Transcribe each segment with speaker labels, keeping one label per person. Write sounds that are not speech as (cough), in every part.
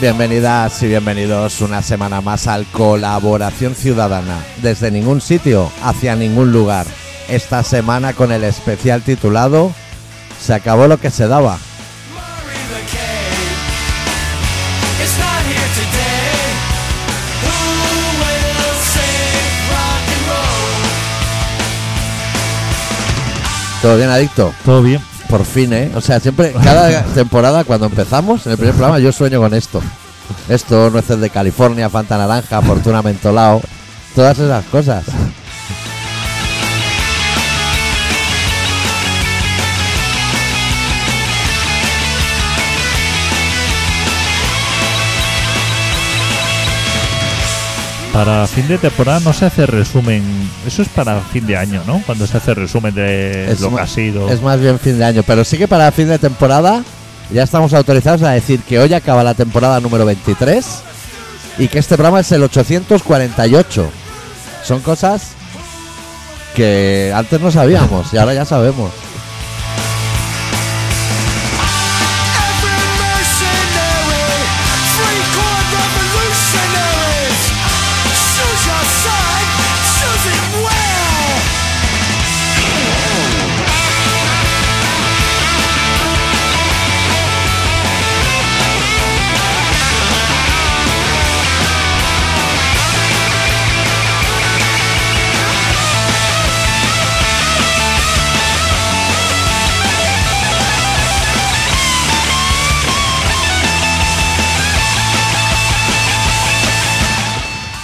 Speaker 1: Bienvenidas y bienvenidos una semana más al Colaboración Ciudadana, desde ningún sitio, hacia ningún lugar. Esta semana con el especial titulado Se acabó lo que se daba.
Speaker 2: Murray the Cave is not here today. Who will save rock and roll?
Speaker 1: ¿Todo bien, adicto?
Speaker 3: Todo bien.
Speaker 1: Por fin, ¿eh? O sea, siempre, cada temporada cuando empezamos, en el primer programa, yo sueño con esto. Esto, nueces de California, Fanta Naranja, Fortuna Mentolao, todas esas cosas.
Speaker 3: Para fin de temporada no se hace resumen. Eso es para fin de año, ¿no? Cuando se hace resumen de lo que
Speaker 1: ma-
Speaker 3: ha sido.
Speaker 1: es más bien fin de año, pero sí que para fin de temporada ya estamos autorizados a decir que hoy acaba la temporada número 23 y que este programa es el 848. Son cosas que antes no sabíamos y ahora ya sabemos.
Speaker 2: Every mercenary, free chord revolutionaries. Choose your side, choose it well.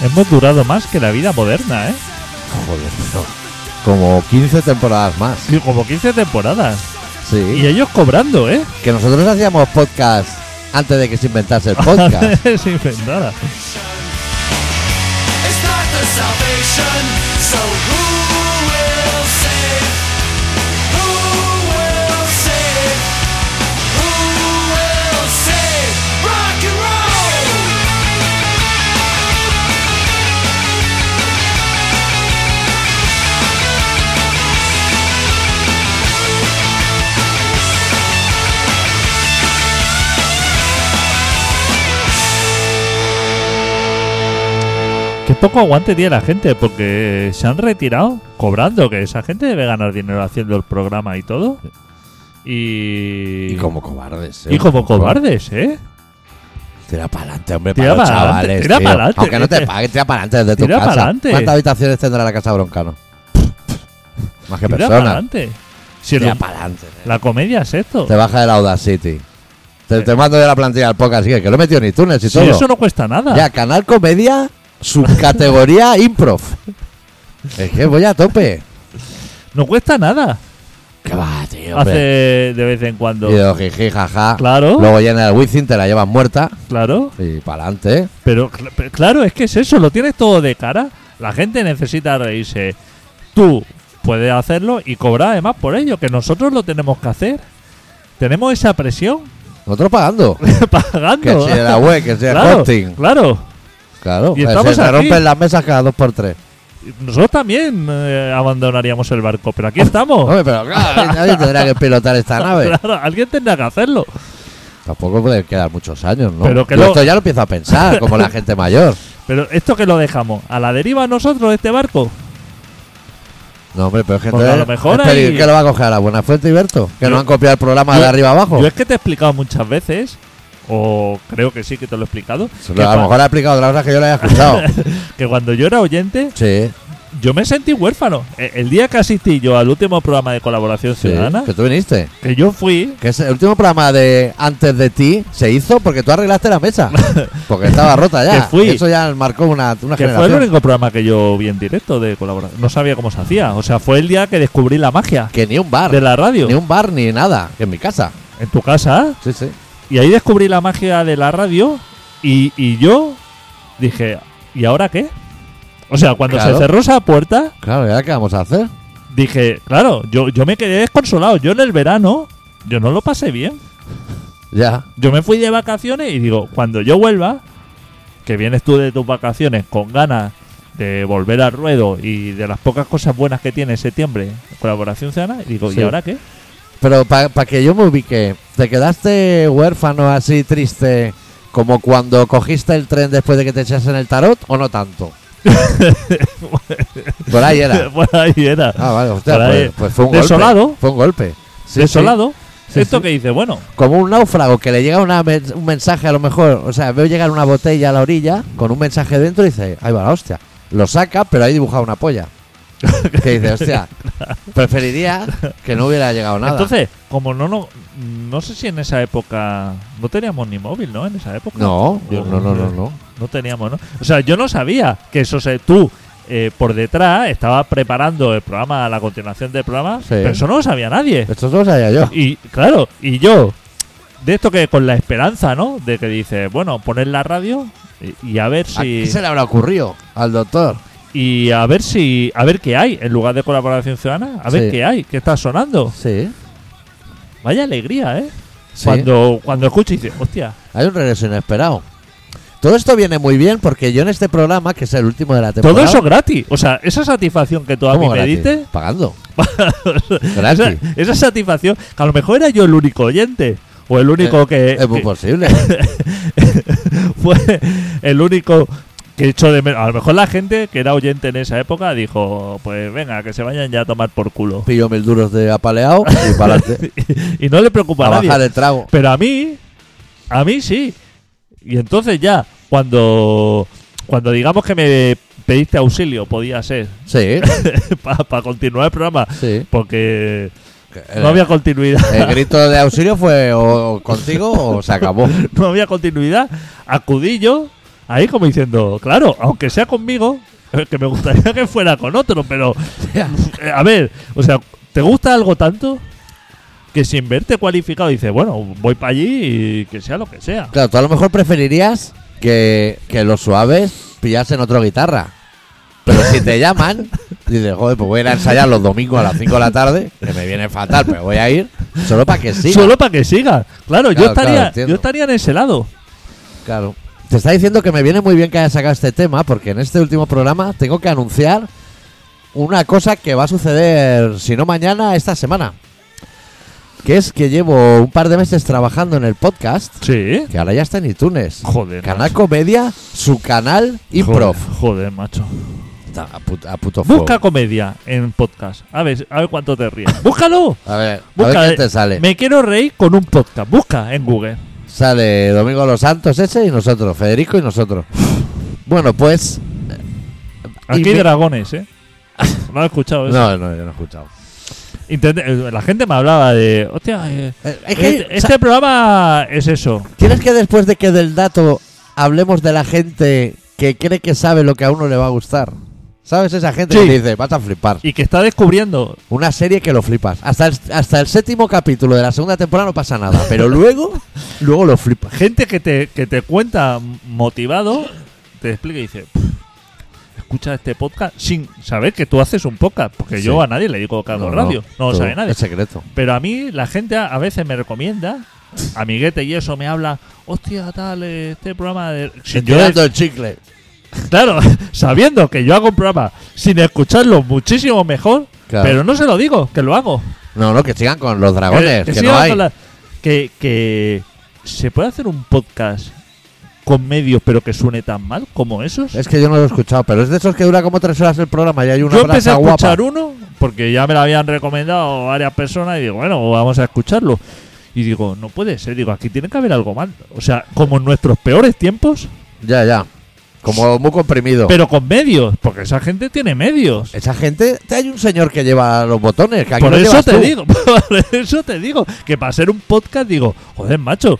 Speaker 3: Hemos durado más que la vida moderna, ¿eh?
Speaker 1: Joder, no. Como 15 temporadas más.
Speaker 3: Sí, Como 15 temporadas. Y
Speaker 1: Sí.
Speaker 3: ellos cobrando, ¿eh?
Speaker 1: Que nosotros hacíamos podcast antes de que se inventase el
Speaker 3: (laughs)
Speaker 1: podcast.
Speaker 3: es inventada.
Speaker 2: It's not the salvation. So who will save? Who will save? Who will save rock and roll?
Speaker 3: Qué poco aguante tiene la gente, porque se han retirado cobrando, que esa gente debe ganar dinero haciendo el programa y todo. Y.
Speaker 1: Y como cobardes. ¿eh?
Speaker 3: y como cobardes, ¿eh?
Speaker 1: Tira para adelante, hombre, para
Speaker 3: Tira
Speaker 1: los
Speaker 3: pa'lante,
Speaker 1: chavales.
Speaker 3: tira
Speaker 1: tío.
Speaker 3: pa'lante.
Speaker 1: Aunque no te paguen, tira para adelante desde tu
Speaker 3: Tira
Speaker 1: casa.
Speaker 3: pa'lante.
Speaker 1: ¿Cuántas habitaciones tendrá la casa broncano?
Speaker 3: (laughs)
Speaker 1: Más que
Speaker 3: Tira
Speaker 1: personas.
Speaker 3: pa'lante. Si
Speaker 1: Tira
Speaker 3: lo-
Speaker 1: para adelante.
Speaker 3: la comedia es esto.
Speaker 1: Te baja del Audacity. Te, te mando de la plantilla al podcast, que que no he metido ni túneles y
Speaker 3: Si
Speaker 1: todo.
Speaker 3: eso no cuesta nada.
Speaker 1: Ya, canal comedia,
Speaker 3: (laughs)
Speaker 1: subcategoría improv. Es que voy a tope.
Speaker 3: No cuesta nada.
Speaker 1: ¿Qué va, tío?
Speaker 3: Hace
Speaker 1: hombre?
Speaker 3: de vez en cuando.
Speaker 1: Y de jiji, jaja.
Speaker 3: Claro.
Speaker 1: Luego llena el Wizzing, te la llevas muerta.
Speaker 3: Claro.
Speaker 1: Y para adelante, ¿eh?
Speaker 3: Pero, cl- pero claro, es que es eso. Lo tienes todo de cara. La gente necesita reírse. Tú puedes hacerlo y cobrar además por ello, que nosotros lo tenemos que hacer. Tenemos esa presión (laughs)
Speaker 1: Nosotros pagando. Que
Speaker 3: pagando.
Speaker 1: si de
Speaker 3: (laughs)
Speaker 1: la web, que si de
Speaker 3: claro,
Speaker 1: hosting.
Speaker 3: claro.
Speaker 1: Claro,
Speaker 3: Y
Speaker 1: eh,
Speaker 3: estamos
Speaker 1: se, se
Speaker 3: aquí.
Speaker 1: rompen las mesas cada dos por tres.
Speaker 3: Nosotros también eh, abandonaríamos el barco, pero
Speaker 1: (laughs)
Speaker 3: aquí estamos.
Speaker 1: Hombre, pero claro, alguien-
Speaker 3: (laughs)
Speaker 1: alguien tendrá que pilotar esta nave.
Speaker 3: Oh. Claro, alguien tendrá que hacerlo.
Speaker 1: Tampoco puede quedar muchos años, ¿no?
Speaker 3: Pero que
Speaker 1: Yo
Speaker 3: no-
Speaker 1: Esto ya lo empiezo a pensar, como la gente mayor.
Speaker 3: Pero esto que lo dejamos, ¿a la deriva nosotros este barco?
Speaker 1: No, hombre, pero es que
Speaker 3: Porque Pues a
Speaker 1: entonces-
Speaker 3: lo mejor
Speaker 1: es peli-
Speaker 3: hay-
Speaker 1: ¿Qué lo va a coger a la Buena Fuente y Berto? Que
Speaker 3: Yo-
Speaker 1: no han copiado el programa de
Speaker 3: yo-
Speaker 1: arriba abajo.
Speaker 3: Yo es que te he explicado muchas veces, o creo que sí que te lo he explicado, que,
Speaker 1: a lo
Speaker 3: cua-
Speaker 1: mejor ha explicado otra cosa que yo le haya
Speaker 3: (laughs)
Speaker 1: escuchado.
Speaker 3: que cuando yo era oyente,
Speaker 1: sí,
Speaker 3: yo me sentí huérfano. E- El día que asistí yo al último programa de colaboración
Speaker 1: sí.
Speaker 3: ciudadana,
Speaker 1: Que tú viniste.
Speaker 3: que yo fui,
Speaker 1: Que ese- el último programa de Antes de ti se hizo porque tú arreglaste la
Speaker 3: (laughs)
Speaker 1: mesa. Porque estaba rota ya.
Speaker 3: Que fui.
Speaker 1: Eso ya marcó una, una
Speaker 3: que fue el
Speaker 1: generación.
Speaker 3: único programa que yo vi en directo de colaboración. No sabía cómo se hacía. O sea, fue el día que descubrí la magia
Speaker 1: Que ni un bar.
Speaker 3: de la radio
Speaker 1: Ni un bar ni nada. En mi casa.
Speaker 3: en tu casa.
Speaker 1: Sí, sí.
Speaker 3: Y ahí descubrí la magia de la radio y, y yo dije, ¿y ahora qué? O sea, cuando
Speaker 1: Claro.
Speaker 3: se cerró esa puerta,
Speaker 1: Claro, ¿y ahora qué vamos a hacer?
Speaker 3: dije, claro, yo, yo me quedé desconsolado. Yo en el verano, yo no lo pasé bien.
Speaker 1: Ya.
Speaker 3: Yo me fui de vacaciones y digo, cuando yo vuelva, que vienes tú de tus vacaciones con ganas de volver al ruedo y de las pocas cosas buenas que tiene septiembre, colaboración ciudadana, y digo,
Speaker 1: Sí.
Speaker 3: ¿y ahora qué?
Speaker 1: Pero para que yo me ubique, ¿te quedaste huérfano así triste ¿Como cuando cogiste el tren después de que te echasen el tarot o no
Speaker 3: (laughs)
Speaker 1: tanto? Por ahí era.
Speaker 3: Por ahí era.
Speaker 1: Ah, vale, hostia,
Speaker 3: Por ahí.
Speaker 1: pues, pues fue un
Speaker 3: Desolado.
Speaker 1: golpe. Fue un golpe. Sí,
Speaker 3: Desolado.
Speaker 1: Sí,
Speaker 3: Esto
Speaker 1: sí.
Speaker 3: que dice, bueno,
Speaker 1: sí. Como un náufrago que le llega una men- un mensaje a lo mejor. O sea, veo llegar una botella a la orilla con un mensaje dentro y dice, ahí va la hostia. Lo saca, pero ahí dibujado una polla. (laughs) Que dice, hostia, preferiría que no hubiera llegado nada.
Speaker 3: entonces, como no, no no sé si en esa época no teníamos ni móvil, ¿no? En esa época.
Speaker 1: no, yo- no, no, no,
Speaker 3: (laughs)
Speaker 1: no.
Speaker 3: No teníamos, ¿no? O sea, yo no sabía que eso se. Tú, eh, por detrás, estabas preparando el programa, la continuación del programa,
Speaker 1: Sí. Ah.
Speaker 3: pero eso no lo sabía nadie.
Speaker 1: Esto todo lo sabía yo.
Speaker 3: Y claro, y yo, de esto que con la esperanza, ¿no? De que dices, bueno, poner la radio y, y a ver
Speaker 1: ¿A
Speaker 3: si.
Speaker 1: qué se le habrá ocurrido al doctor?
Speaker 3: Y a ver si. A ver qué hay en lugar de colaboración ciudadana. A ver
Speaker 1: Sí.
Speaker 3: qué hay, qué está sonando.
Speaker 1: Sí.
Speaker 3: Vaya alegría, ¿eh?
Speaker 1: sí.
Speaker 3: Cuando, cuando escuchas y dices, hostia,
Speaker 1: Hay un regreso inesperado. Todo esto viene muy bien porque yo en este programa, que es el último de la temporada.
Speaker 3: todo eso gratis. O sea, esa satisfacción que tú a mí
Speaker 1: ¿cómo
Speaker 3: me
Speaker 1: gratis?
Speaker 3: diste. (laughs)
Speaker 1: Pagando.
Speaker 3: Esa,
Speaker 1: gratis.
Speaker 3: esa satisfacción, que a lo mejor era yo el único oyente, o el único que,
Speaker 1: es muy
Speaker 3: que
Speaker 1: posible.
Speaker 3: (laughs) fue el único que echó de menos. A lo mejor la gente que era oyente en esa época dijo, pues venga, que se vayan ya a tomar por culo.
Speaker 1: Pillo mil duros de apaleado y
Speaker 3: (laughs)
Speaker 1: para
Speaker 3: Y no le preocupa a nadie.
Speaker 1: bajar el trago.
Speaker 3: Pero a mí, a mí sí. Y entonces ya, cuando, cuando digamos que me pediste auxilio, podía ser, (laughs)
Speaker 1: Sí,
Speaker 3: para continuar el programa,
Speaker 1: sí.
Speaker 3: porque
Speaker 1: El,
Speaker 3: no había continuidad.
Speaker 1: el grito de auxilio fue o contigo o se acabó.
Speaker 3: no había continuidad, acudí yo ahí como diciendo, claro, aunque sea conmigo, eh, que me gustaría (laughs) que fuera con otro, pero eh, a ver, o sea, ¿te gusta algo tanto? Que sin verte cualificado dices, bueno, voy para allí y que sea lo que sea.
Speaker 1: Claro, tú a lo mejor preferirías que, que los suaves pillasen otra guitarra. Pero si te llaman, dices, joder, pues voy a ir a ensayar los domingos a las 5 de la tarde, que me viene fatal, pero voy a ir solo para que siga.
Speaker 3: Solo para que siga. Claro, yo
Speaker 1: Claro, claro,
Speaker 3: estaría
Speaker 1: entiendo.
Speaker 3: yo estaría en ese lado.
Speaker 1: Claro. Te está diciendo que me viene muy bien que hayas sacado este tema, porque en este último programa tengo que anunciar una cosa que va a suceder, si no mañana, esta semana. Que es que llevo un par de meses trabajando en el podcast,
Speaker 3: Sí.
Speaker 1: que ahora ya está en iTunes.
Speaker 3: Joder.
Speaker 1: Canal
Speaker 3: macho.
Speaker 1: Comedia, su canal Improv.
Speaker 3: Joder, joder, macho.
Speaker 1: Está A, put- a puto fuego.
Speaker 3: Busca comedia en podcast. A ver, a ver cuánto te ríes. ¡Búscalo!
Speaker 1: A ver, a
Speaker 3: Busca,
Speaker 1: ver
Speaker 3: eh,
Speaker 1: qué te sale.
Speaker 3: Me quiero reír con un podcast. Busca en Google.
Speaker 1: Sale Domingo Los Santos ese y nosotros, Federico y nosotros. Bueno, pues...
Speaker 3: Aquí
Speaker 1: Y
Speaker 3: hay
Speaker 1: me- (laughs)
Speaker 3: dragones, ¿eh? No he escuchado eso.
Speaker 1: No, no, yo no he escuchado.
Speaker 3: Intenté- eh, la gente me hablaba de. Hostia, eh,
Speaker 1: Eh, es que-
Speaker 3: este, este programa es eso.
Speaker 1: ¿Quieres que después de que del dato hablemos de la gente que cree que sabe lo que a uno le va a gustar? ¿Sabes? Esa gente
Speaker 3: Sí.
Speaker 1: que te dice, vas a flipar.
Speaker 3: Y que está descubriendo.
Speaker 1: Una serie que lo flipas. Hasta el, hasta el séptimo capítulo de la segunda temporada no pasa nada. Pero luego,
Speaker 3: (laughs)
Speaker 1: luego lo flipas.
Speaker 3: Gente que te, que te cuenta motivado, te explica y dice. "Pff, Escucha este podcast sin saber que tú haces un podcast. Porque
Speaker 1: Sí.
Speaker 3: yo a nadie le digo que hago
Speaker 1: No,
Speaker 3: radio. No, lo
Speaker 1: todo
Speaker 3: sabe nadie.
Speaker 1: Es secreto.
Speaker 3: Pero a mí la gente a, a veces me recomienda, amiguete y eso, me habla, hostia, tal, eh, este programa de... Sin yo
Speaker 1: Estirando el chicle.
Speaker 3: de- claro, (laughs) sabiendo que yo hago un programa sin escucharlo muchísimo mejor,
Speaker 1: Claro.
Speaker 3: pero no se lo digo, que lo hago. Eh,
Speaker 1: No, no, que sigan con los
Speaker 3: Que,
Speaker 1: dragones, que,
Speaker 3: que
Speaker 1: no
Speaker 3: sigan
Speaker 1: hay.
Speaker 3: con la- que, que se puede hacer un podcast con medios pero que suene tan mal como esos.
Speaker 1: Es que yo no lo he escuchado, pero es de esos que dura como tres horas el programa y hay una
Speaker 3: yo empecé
Speaker 1: brasa
Speaker 3: a
Speaker 1: guapa.
Speaker 3: escuchar uno porque ya me lo habían recomendado varias personas y digo, bueno, vamos a escucharlo. Y digo, no puede ser, digo, aquí tiene que haber algo mal. O sea, como en nuestros peores tiempos,
Speaker 1: Ya, ya. Como muy comprimido.
Speaker 3: pero con medios, porque esa gente tiene medios.
Speaker 1: Esa gente, hay un señor que lleva los botones. Que aquí
Speaker 3: Por
Speaker 1: los
Speaker 3: eso
Speaker 1: llevas
Speaker 3: te
Speaker 1: tú.
Speaker 3: digo, (laughs) por eso te digo, que para ser un podcast digo, joder, macho,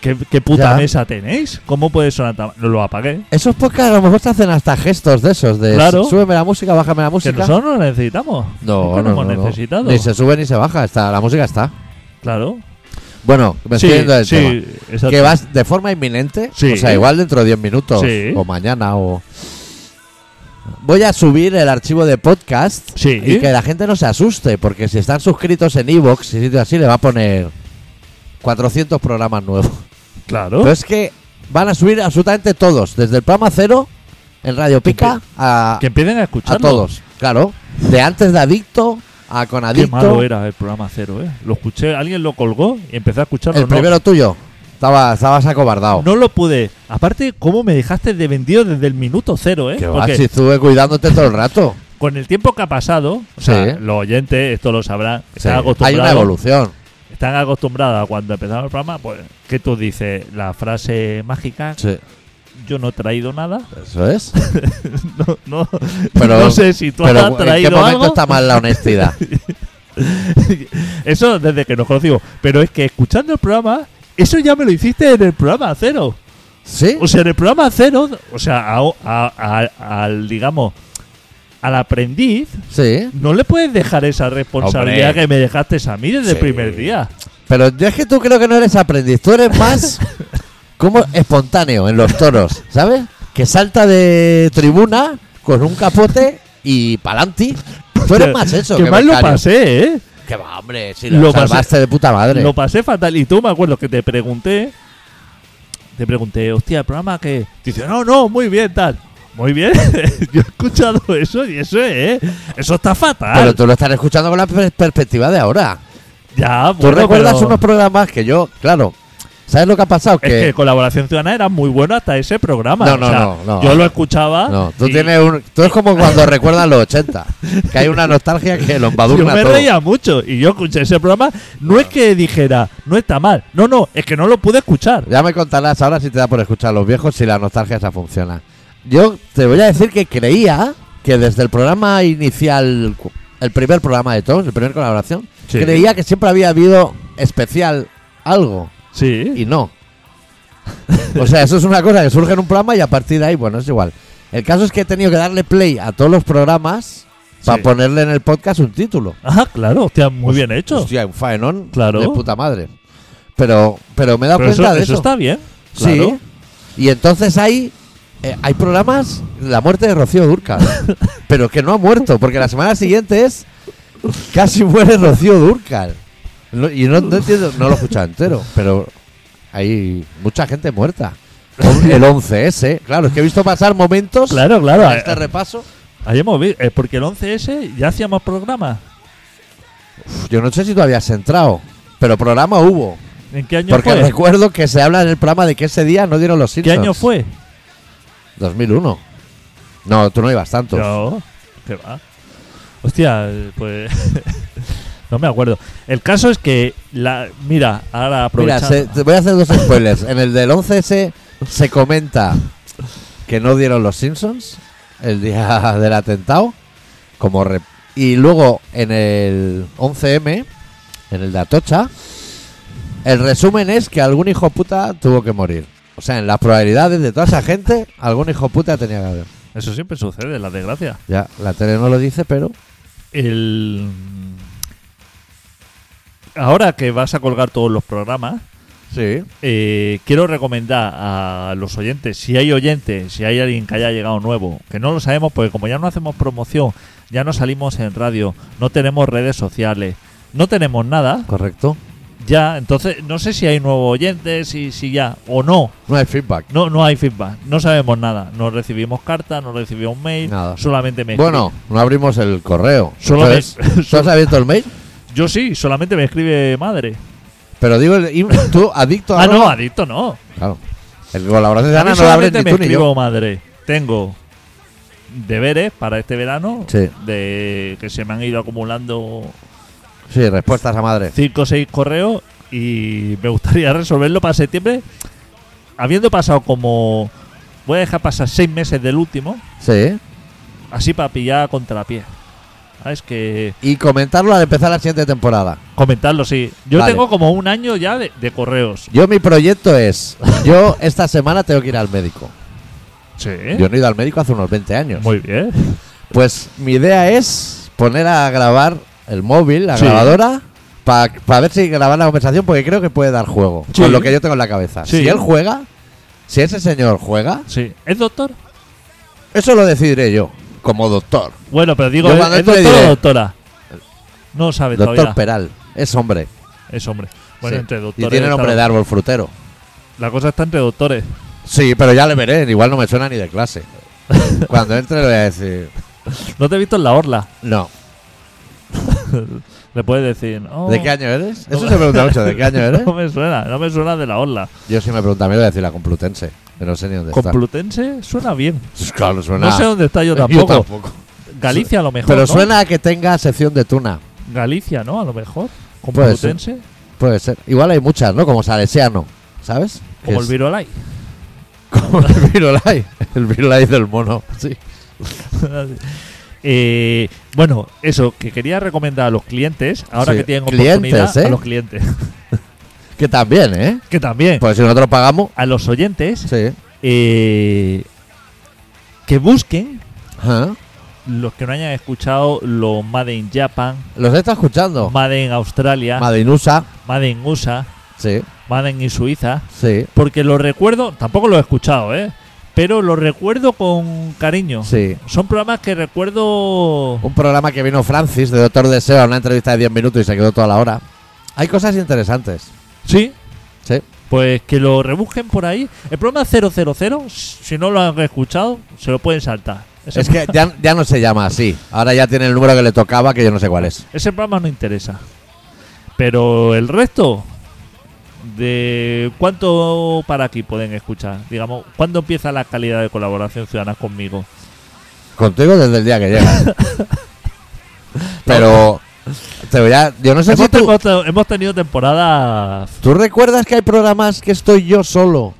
Speaker 3: ¿qué, qué puta
Speaker 1: Ya.
Speaker 3: mesa tenéis? ¿Cómo puede sonar tan mal? Lo apagué.
Speaker 1: Esos podcasts a lo mejor te hacen hasta gestos de esos, de
Speaker 3: Claro.
Speaker 1: súbeme la música, bájame la
Speaker 3: Que
Speaker 1: música.
Speaker 3: nosotros no lo necesitamos.
Speaker 1: No,
Speaker 3: Nunca
Speaker 1: no,
Speaker 3: lo
Speaker 1: no,
Speaker 3: hemos
Speaker 1: no.
Speaker 3: necesitado.
Speaker 1: Ni se sube ni se baja, está, la música está.
Speaker 3: Claro.
Speaker 1: Bueno, me estoy yendo del tema.
Speaker 3: exacto.
Speaker 1: Que vas de forma inminente,
Speaker 3: Sí.
Speaker 1: o sea, igual dentro de 10 minutos,
Speaker 3: Sí.
Speaker 1: o mañana, o... Voy a subir el archivo de podcast
Speaker 3: Sí.
Speaker 1: y que la gente no se asuste, porque si están suscritos en Evox y sitios así, le va a poner 400 programas nuevos.
Speaker 3: Claro.
Speaker 1: Pero es que van a subir absolutamente todos, desde el programa cero, en Radio Pica, a,
Speaker 3: que empiecen a
Speaker 1: a
Speaker 3: escucharlo.
Speaker 1: todos, claro. De antes de adicto a con
Speaker 3: Qué
Speaker 1: adicto.
Speaker 3: malo era el programa cero, ¿eh? Lo escuché, alguien lo colgó y empecé a escucharlo.
Speaker 1: El
Speaker 3: no.
Speaker 1: primero tuyo. Estaba, estabas acobardado.
Speaker 3: No lo pude. Aparte, ¿cómo me dejaste de vendido desde el minuto cero, eh?
Speaker 1: que va,
Speaker 3: Porque
Speaker 1: si estuve cuidándote todo el
Speaker 3: (laughs)
Speaker 1: rato.
Speaker 3: con el tiempo que ha pasado, o sea,
Speaker 1: Sí.
Speaker 3: los oyentes, esto lo sabrán,
Speaker 1: Sí,
Speaker 3: están
Speaker 1: Hay una
Speaker 3: acostumbrados.
Speaker 1: evolución.
Speaker 3: Están acostumbrados a cuando empezamos el programa, pues, que tú dices la frase mágica,
Speaker 1: Sí,
Speaker 3: yo no he traído nada. (laughs)
Speaker 1: eso es.
Speaker 3: No, no,
Speaker 1: Pero-
Speaker 3: no sé si tú
Speaker 1: Pero
Speaker 3: has
Speaker 1: ¿en qué
Speaker 3: traído
Speaker 1: momento
Speaker 3: algo.
Speaker 1: está mal la honestidad?
Speaker 3: (laughs) Eso desde que nos conocimos. Pero es que escuchando el programa, eso ya me lo hiciste en el programa cero.
Speaker 1: ¿Sí?
Speaker 3: O sea, en el programa cero, o sea, a- a- a- al, digamos, al aprendiz,
Speaker 1: Sí.
Speaker 3: no le puedes dejar esa responsabilidad
Speaker 1: Hombre.
Speaker 3: que me dejaste a mí desde el
Speaker 1: Sí.
Speaker 3: primer día.
Speaker 1: Pero yo es que tú creo que no eres aprendiz, tú eres más como espontáneo en los toros, ¿sabes? Que salta de tribuna con un capote y pa'lanti. Tú eres más eso.
Speaker 3: que mal lo
Speaker 1: becario.
Speaker 3: pasé, ¿eh?
Speaker 1: Que va, hombre, si lo,
Speaker 3: Lo pasé.
Speaker 1: salvaste de puta madre.
Speaker 3: Lo pasé fatal. Y tú me acuerdo que te pregunté. Te pregunté, hostia, el programa que. Dice, no, no, muy bien, tal. Muy bien. (laughs) Yo he escuchado eso y eso es. Eso está
Speaker 1: Pero
Speaker 3: fatal.
Speaker 1: tú lo estás escuchando con la per- perspectiva de ahora.
Speaker 3: ya,
Speaker 1: Tú
Speaker 3: bueno,
Speaker 1: recuerdas
Speaker 3: pero
Speaker 1: unos programas que yo, claro, ¿sabes lo que ha pasado?
Speaker 3: Es que Colaboración Ciudadana era muy bueno hasta ese programa.
Speaker 1: No,
Speaker 3: o
Speaker 1: no,
Speaker 3: sea,
Speaker 1: no, no.
Speaker 3: Yo lo escuchaba.
Speaker 1: No, tú
Speaker 3: y-
Speaker 1: tienes un, tú es como cuando recuerdas los 80, que hay una nostalgia que lo
Speaker 3: Yo
Speaker 1: embadurna
Speaker 3: me
Speaker 1: todo.
Speaker 3: reía mucho y yo escuché ese programa. No es que dijera, no está mal. No, no, es que no lo pude escuchar.
Speaker 1: Ya me contarás ahora si te da por escuchar a los viejos si la nostalgia esa funciona. Yo te voy a decir que creía que desde el programa inicial, cu- el primer programa de todos, el primer colaboración,
Speaker 3: Sí.
Speaker 1: creía que siempre había habido especial algo
Speaker 3: Sí.
Speaker 1: y no. O sea, eso es una cosa que surge en un programa y a partir de ahí, bueno, es igual. El caso es que he tenido que darle play a todos los programas
Speaker 3: Sí.
Speaker 1: para ponerle en el podcast un título.
Speaker 3: Ah, claro, hostia,
Speaker 1: Pues,
Speaker 3: muy bien hecho.
Speaker 1: Hostia, un faenón
Speaker 3: Claro.
Speaker 1: de puta madre. Pero, pero me he dado
Speaker 3: Pero
Speaker 1: cuenta
Speaker 3: eso,
Speaker 1: de
Speaker 3: eso
Speaker 1: eso.
Speaker 3: está bien.
Speaker 1: Sí.
Speaker 3: claro.
Speaker 1: Y entonces hay, eh, hay programas, la muerte de Rocío
Speaker 3: (laughs)
Speaker 1: Durcal, pero que no ha muerto, porque la semana siguiente es, casi muere Rocío Durcal. No- y no, no entiendo, no lo he escuchado entero, pero hay mucha gente muerta. El 11S, claro, es que he visto pasar momentos
Speaker 3: Claro, claro.
Speaker 1: en este
Speaker 3: a-
Speaker 1: repaso.
Speaker 3: Ahí hemos vi- eh, porque el 11S ya hacíamos programa.
Speaker 1: Uf, Yo no sé si tú habías entrado, pero programa hubo.
Speaker 3: ¿En qué año
Speaker 1: Porque
Speaker 3: fue?
Speaker 1: recuerdo que se habla en el programa de que ese día no dieron los
Speaker 3: ¿Qué
Speaker 1: Simpsons.
Speaker 3: año fue?
Speaker 1: 2001. No, tú no ibas tanto.
Speaker 3: No, ¿qué va? Hostia, eh, pues. (laughs) no me acuerdo. El caso es que. la Mira, ahora
Speaker 1: Mira,
Speaker 3: aprovechando.
Speaker 1: se- te voy a hacer dos spoilers. En el del 11S se comenta que no dieron los Simpsons el día (laughs) del atentado. como re- Y luego en el 11M, en el de Atocha, el resumen es que algún hijo puta tuvo que morir. O sea, en las probabilidades de toda esa gente, algún hijo puta tenía que haber.
Speaker 3: Eso siempre sucede, la desgracia.
Speaker 1: Ya, la tele no lo dice, pero
Speaker 3: El. Ahora que vas a colgar todos los programas,
Speaker 1: sí.
Speaker 3: eh, quiero recomendar a los oyentes, si hay oyentes, si hay alguien que haya llegado nuevo, que no lo sabemos, porque como ya no hacemos promoción, ya no salimos en radio, no tenemos redes sociales, no tenemos nada,
Speaker 1: Correcto.
Speaker 3: ya, entonces no sé si hay nuevos oyentes, si, si ya, o no,
Speaker 1: No hay feedback.
Speaker 3: no, no hay feedback, no sabemos nada, no recibimos cartas, no recibimos mail,
Speaker 1: Nada.
Speaker 3: solamente me
Speaker 1: Bueno, no abrimos el correo.
Speaker 3: Solo me-
Speaker 1: Entonces, ¿Tú has abierto el mail?
Speaker 3: escribe- yo sí, solamente me escribe madre.
Speaker 1: Pero digo, el im- tú, adicto a.
Speaker 3: Ah, no, adicto no.
Speaker 1: Claro. El colaboración de
Speaker 3: A mí
Speaker 1: Ana no lo abres
Speaker 3: solamente
Speaker 1: ni
Speaker 3: me
Speaker 1: tú ni
Speaker 3: escribo
Speaker 1: yo.
Speaker 3: madre. Tengo deberes para este verano
Speaker 1: Sí.
Speaker 3: de que se me han ido acumulando
Speaker 1: Sí, respuestas a madre.
Speaker 3: 5 o 6 correos y me gustaría (laughs) resolverlo para septiembre. Habiendo pasado como voy a dejar pasar 6 meses del último,
Speaker 1: Sí.
Speaker 3: así para pillar contrapié. ¿Sabes? Que
Speaker 1: Y comentarlo al empezar la siguiente temporada.
Speaker 3: comentarlo, sí. Yo
Speaker 1: Vale.
Speaker 3: tengo como un año ya de, de correos.
Speaker 1: Yo, mi proyecto es. Yo esta semana tengo que ir al médico.
Speaker 3: Sí.
Speaker 1: Yo no he ido al médico hace unos 20 años.
Speaker 3: ¿Eh? Muy bien.
Speaker 1: Pues mi idea es poner a grabar el móvil, la
Speaker 3: Sí.
Speaker 1: grabadora. Para ver si grabar la conversación, porque creo que puede dar juego.
Speaker 3: Sí.
Speaker 1: Con lo que yo tengo en la cabeza.
Speaker 3: Sí.
Speaker 1: Si él juega, si ese señor juega,
Speaker 3: Sí. ¿Es doctor?
Speaker 1: eso lo decidiré yo, como doctor.
Speaker 3: Bueno, pero digo,
Speaker 1: Yo
Speaker 3: ¿es,
Speaker 1: cuando
Speaker 3: es
Speaker 1: esto le
Speaker 3: doctor o
Speaker 1: diré-
Speaker 3: doctora? No lo sabe
Speaker 1: Doctor
Speaker 3: Pues todavía.
Speaker 1: Peral, es hombre.
Speaker 3: Es hombre. Bueno,
Speaker 1: Sí.
Speaker 3: entre doctores.
Speaker 1: Y tiene nombre
Speaker 3: está-
Speaker 1: de árbol frutero.
Speaker 3: La cosa está entre doctores.
Speaker 1: Sí, pero ya le veré, igual no me suena ni de
Speaker 3: (laughs)
Speaker 1: clase. Cuando entre le voy a decir,
Speaker 3: No te he visto en la orla.
Speaker 1: no.
Speaker 3: le puedes decir. "Oh,
Speaker 1: ¿De qué año eres? Eso se pregunta
Speaker 3: (laughs)
Speaker 1: mucho, ¿de qué año eres?
Speaker 3: No me suena, no me suena de la orla.
Speaker 1: Yo sí me pregunto, a mí le voy a decir la Complutense, pero no sé ni dónde está.
Speaker 3: Complutense suena bien.
Speaker 1: Pues claro, suena.
Speaker 3: No
Speaker 1: (laughs)
Speaker 3: sé dónde está yo tampoco. Galicia a lo mejor.
Speaker 1: Pero
Speaker 3: ¿no?
Speaker 1: suena a que tenga sección de tuna.
Speaker 3: Galicia, ¿no? A lo mejor.
Speaker 1: Puede ser.
Speaker 3: Complutense.
Speaker 1: Puede ser. Igual hay muchas, ¿no? Como Salesiano, ¿sabes?
Speaker 3: Como
Speaker 1: Que
Speaker 3: el
Speaker 1: es-
Speaker 3: Virolai. (laughs)
Speaker 1: como el (laughs) Virolai. El Virolai del mono, sí.
Speaker 3: Eh, bueno, eso, que quería recomendar a los clientes, ahora
Speaker 1: Sí,
Speaker 3: que tienen
Speaker 1: clientes,
Speaker 3: oportunidad,
Speaker 1: ¿eh?
Speaker 3: a los clientes, (laughs)
Speaker 1: Que también, ¿eh?
Speaker 3: que también,
Speaker 1: Pues si nosotros pagamos,
Speaker 3: a los oyentes,
Speaker 1: sí.
Speaker 3: eh, que busquen
Speaker 1: Ajá.
Speaker 3: los que no hayan escuchado los Made in Japan,
Speaker 1: Los está escuchando.
Speaker 3: Made in Australia,
Speaker 1: Madinusa,
Speaker 3: Made in USA,
Speaker 1: sí,
Speaker 3: Made in Suiza,
Speaker 1: sí,
Speaker 3: porque los recuerdo, tampoco los he escuchado, ¿eh? pero los recuerdo con cariño.
Speaker 1: sí.
Speaker 3: Son programas que recuerdo...
Speaker 1: Un programa que vino Francis de Doctor Deseo a una entrevista de 10 minutos y se quedó toda la hora. Hay cosas interesantes.
Speaker 3: Sí,
Speaker 1: Sí.
Speaker 3: Pues que lo rebusquen por ahí. El programa 000, si no lo han escuchado, se lo pueden saltar. Ese,
Speaker 1: Es que ya, ya no se llama así. Ahora ya tiene el número que le tocaba, que yo no sé cuál es.
Speaker 3: ese programa no interesa. Pero el resto, ¿de cuánto para aquí pueden escuchar? Digamos, ¿cuándo empieza la calidad de colaboración ciudadana conmigo?
Speaker 1: Contigo desde el día que llegas. Pero te voy a. Yo no sé si
Speaker 3: Hemos,
Speaker 1: tú,
Speaker 3: tengo- hemos tenido temporadas.
Speaker 1: tú recuerdas que hay programas que estoy yo solo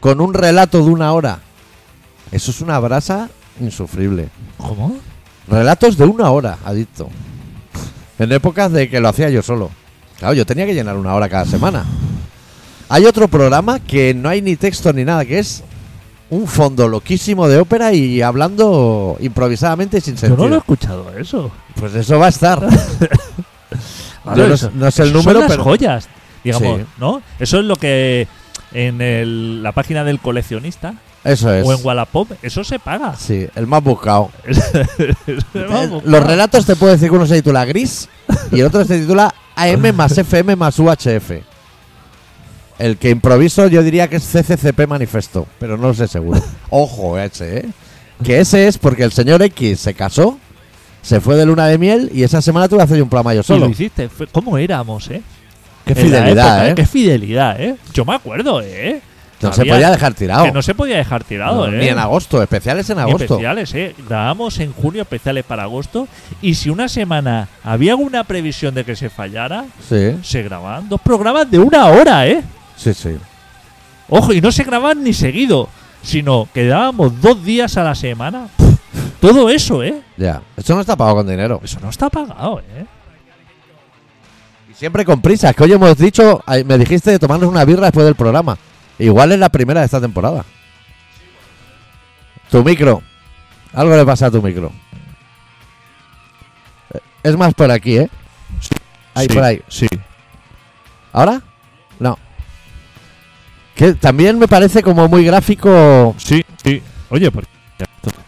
Speaker 1: con un relato de una hora. Eso es una brasa insufrible.
Speaker 3: ¿Cómo?
Speaker 1: Relatos de una hora, adicto. En épocas de que lo hacía yo solo. Claro, yo tenía que llenar una hora cada semana. Hay otro programa que no hay ni texto ni nada, que es un fondo loquísimo de ópera y hablando improvisadamente y sin
Speaker 3: Yo no
Speaker 1: sentido.
Speaker 3: lo he escuchado eso.
Speaker 1: Pues eso va a
Speaker 3: (laughs)
Speaker 1: estar.
Speaker 3: Claro,
Speaker 1: Yo no,
Speaker 3: eso-
Speaker 1: no sé el
Speaker 3: Son
Speaker 1: número,
Speaker 3: las
Speaker 1: pero.
Speaker 3: joyas, digamos,
Speaker 1: Sí.
Speaker 3: ¿no? Eso es lo que en el- la página del coleccionista
Speaker 1: Eso es.
Speaker 3: o en Wallapop, eso
Speaker 1: (laughs)
Speaker 3: se paga.
Speaker 1: Sí, el más buscado.
Speaker 3: Vamos,
Speaker 1: Eh, Los
Speaker 3: claro.
Speaker 1: relatos te puedo decir que uno se titula Gris y el otro se titula AM más FM más UHF. El que improviso yo diría que es CCCP Manifesto, pero no lo sé
Speaker 3: (laughs)
Speaker 1: seguro. Ojo, ese, ¿eh? Que ese es porque el señor X se casó, se fue de luna de miel y esa semana tuve que hacer un programa yo
Speaker 3: Y lo
Speaker 1: solo.
Speaker 3: hiciste. Fue- ¿Cómo éramos, eh?
Speaker 1: Qué
Speaker 3: En la
Speaker 1: fidelidad,
Speaker 3: época,
Speaker 1: ¿eh?
Speaker 3: Qué fidelidad, eh. Yo me acuerdo, eh.
Speaker 1: No se
Speaker 3: Había-
Speaker 1: podía dejar tirado.
Speaker 3: Que no se podía dejar tirado,
Speaker 1: Ah, No,
Speaker 3: eh.
Speaker 1: Ni en agosto, especiales en
Speaker 3: Ni
Speaker 1: agosto.
Speaker 3: especiales, eh. Grabamos en junio especiales para agosto. Y si una semana había alguna previsión de que se fallara,
Speaker 1: Sí,
Speaker 3: se grababan dos programas de una hora, eh.
Speaker 1: sí, sí.
Speaker 3: Ojo, y no se grababan ni seguido, sino que dábamos dos días a la semana. Pff, Todo eso, ¿eh?
Speaker 1: Ya. Esto no está pagado con dinero.
Speaker 3: Eso no está pagado, ¿eh?
Speaker 1: Y Siempre con prisas, que hoy hemos dicho, ay, me dijiste de tomarnos una birra después del programa. Igual es la primera de esta temporada. Tu micro. Algo le pasa a tu micro. Eh, Es más por aquí, ¿eh? Ahí, por ahí.
Speaker 3: Sí.
Speaker 1: ¿Ahora? No. Que también me parece como muy gráfico
Speaker 3: Sí, sí. Oye, pues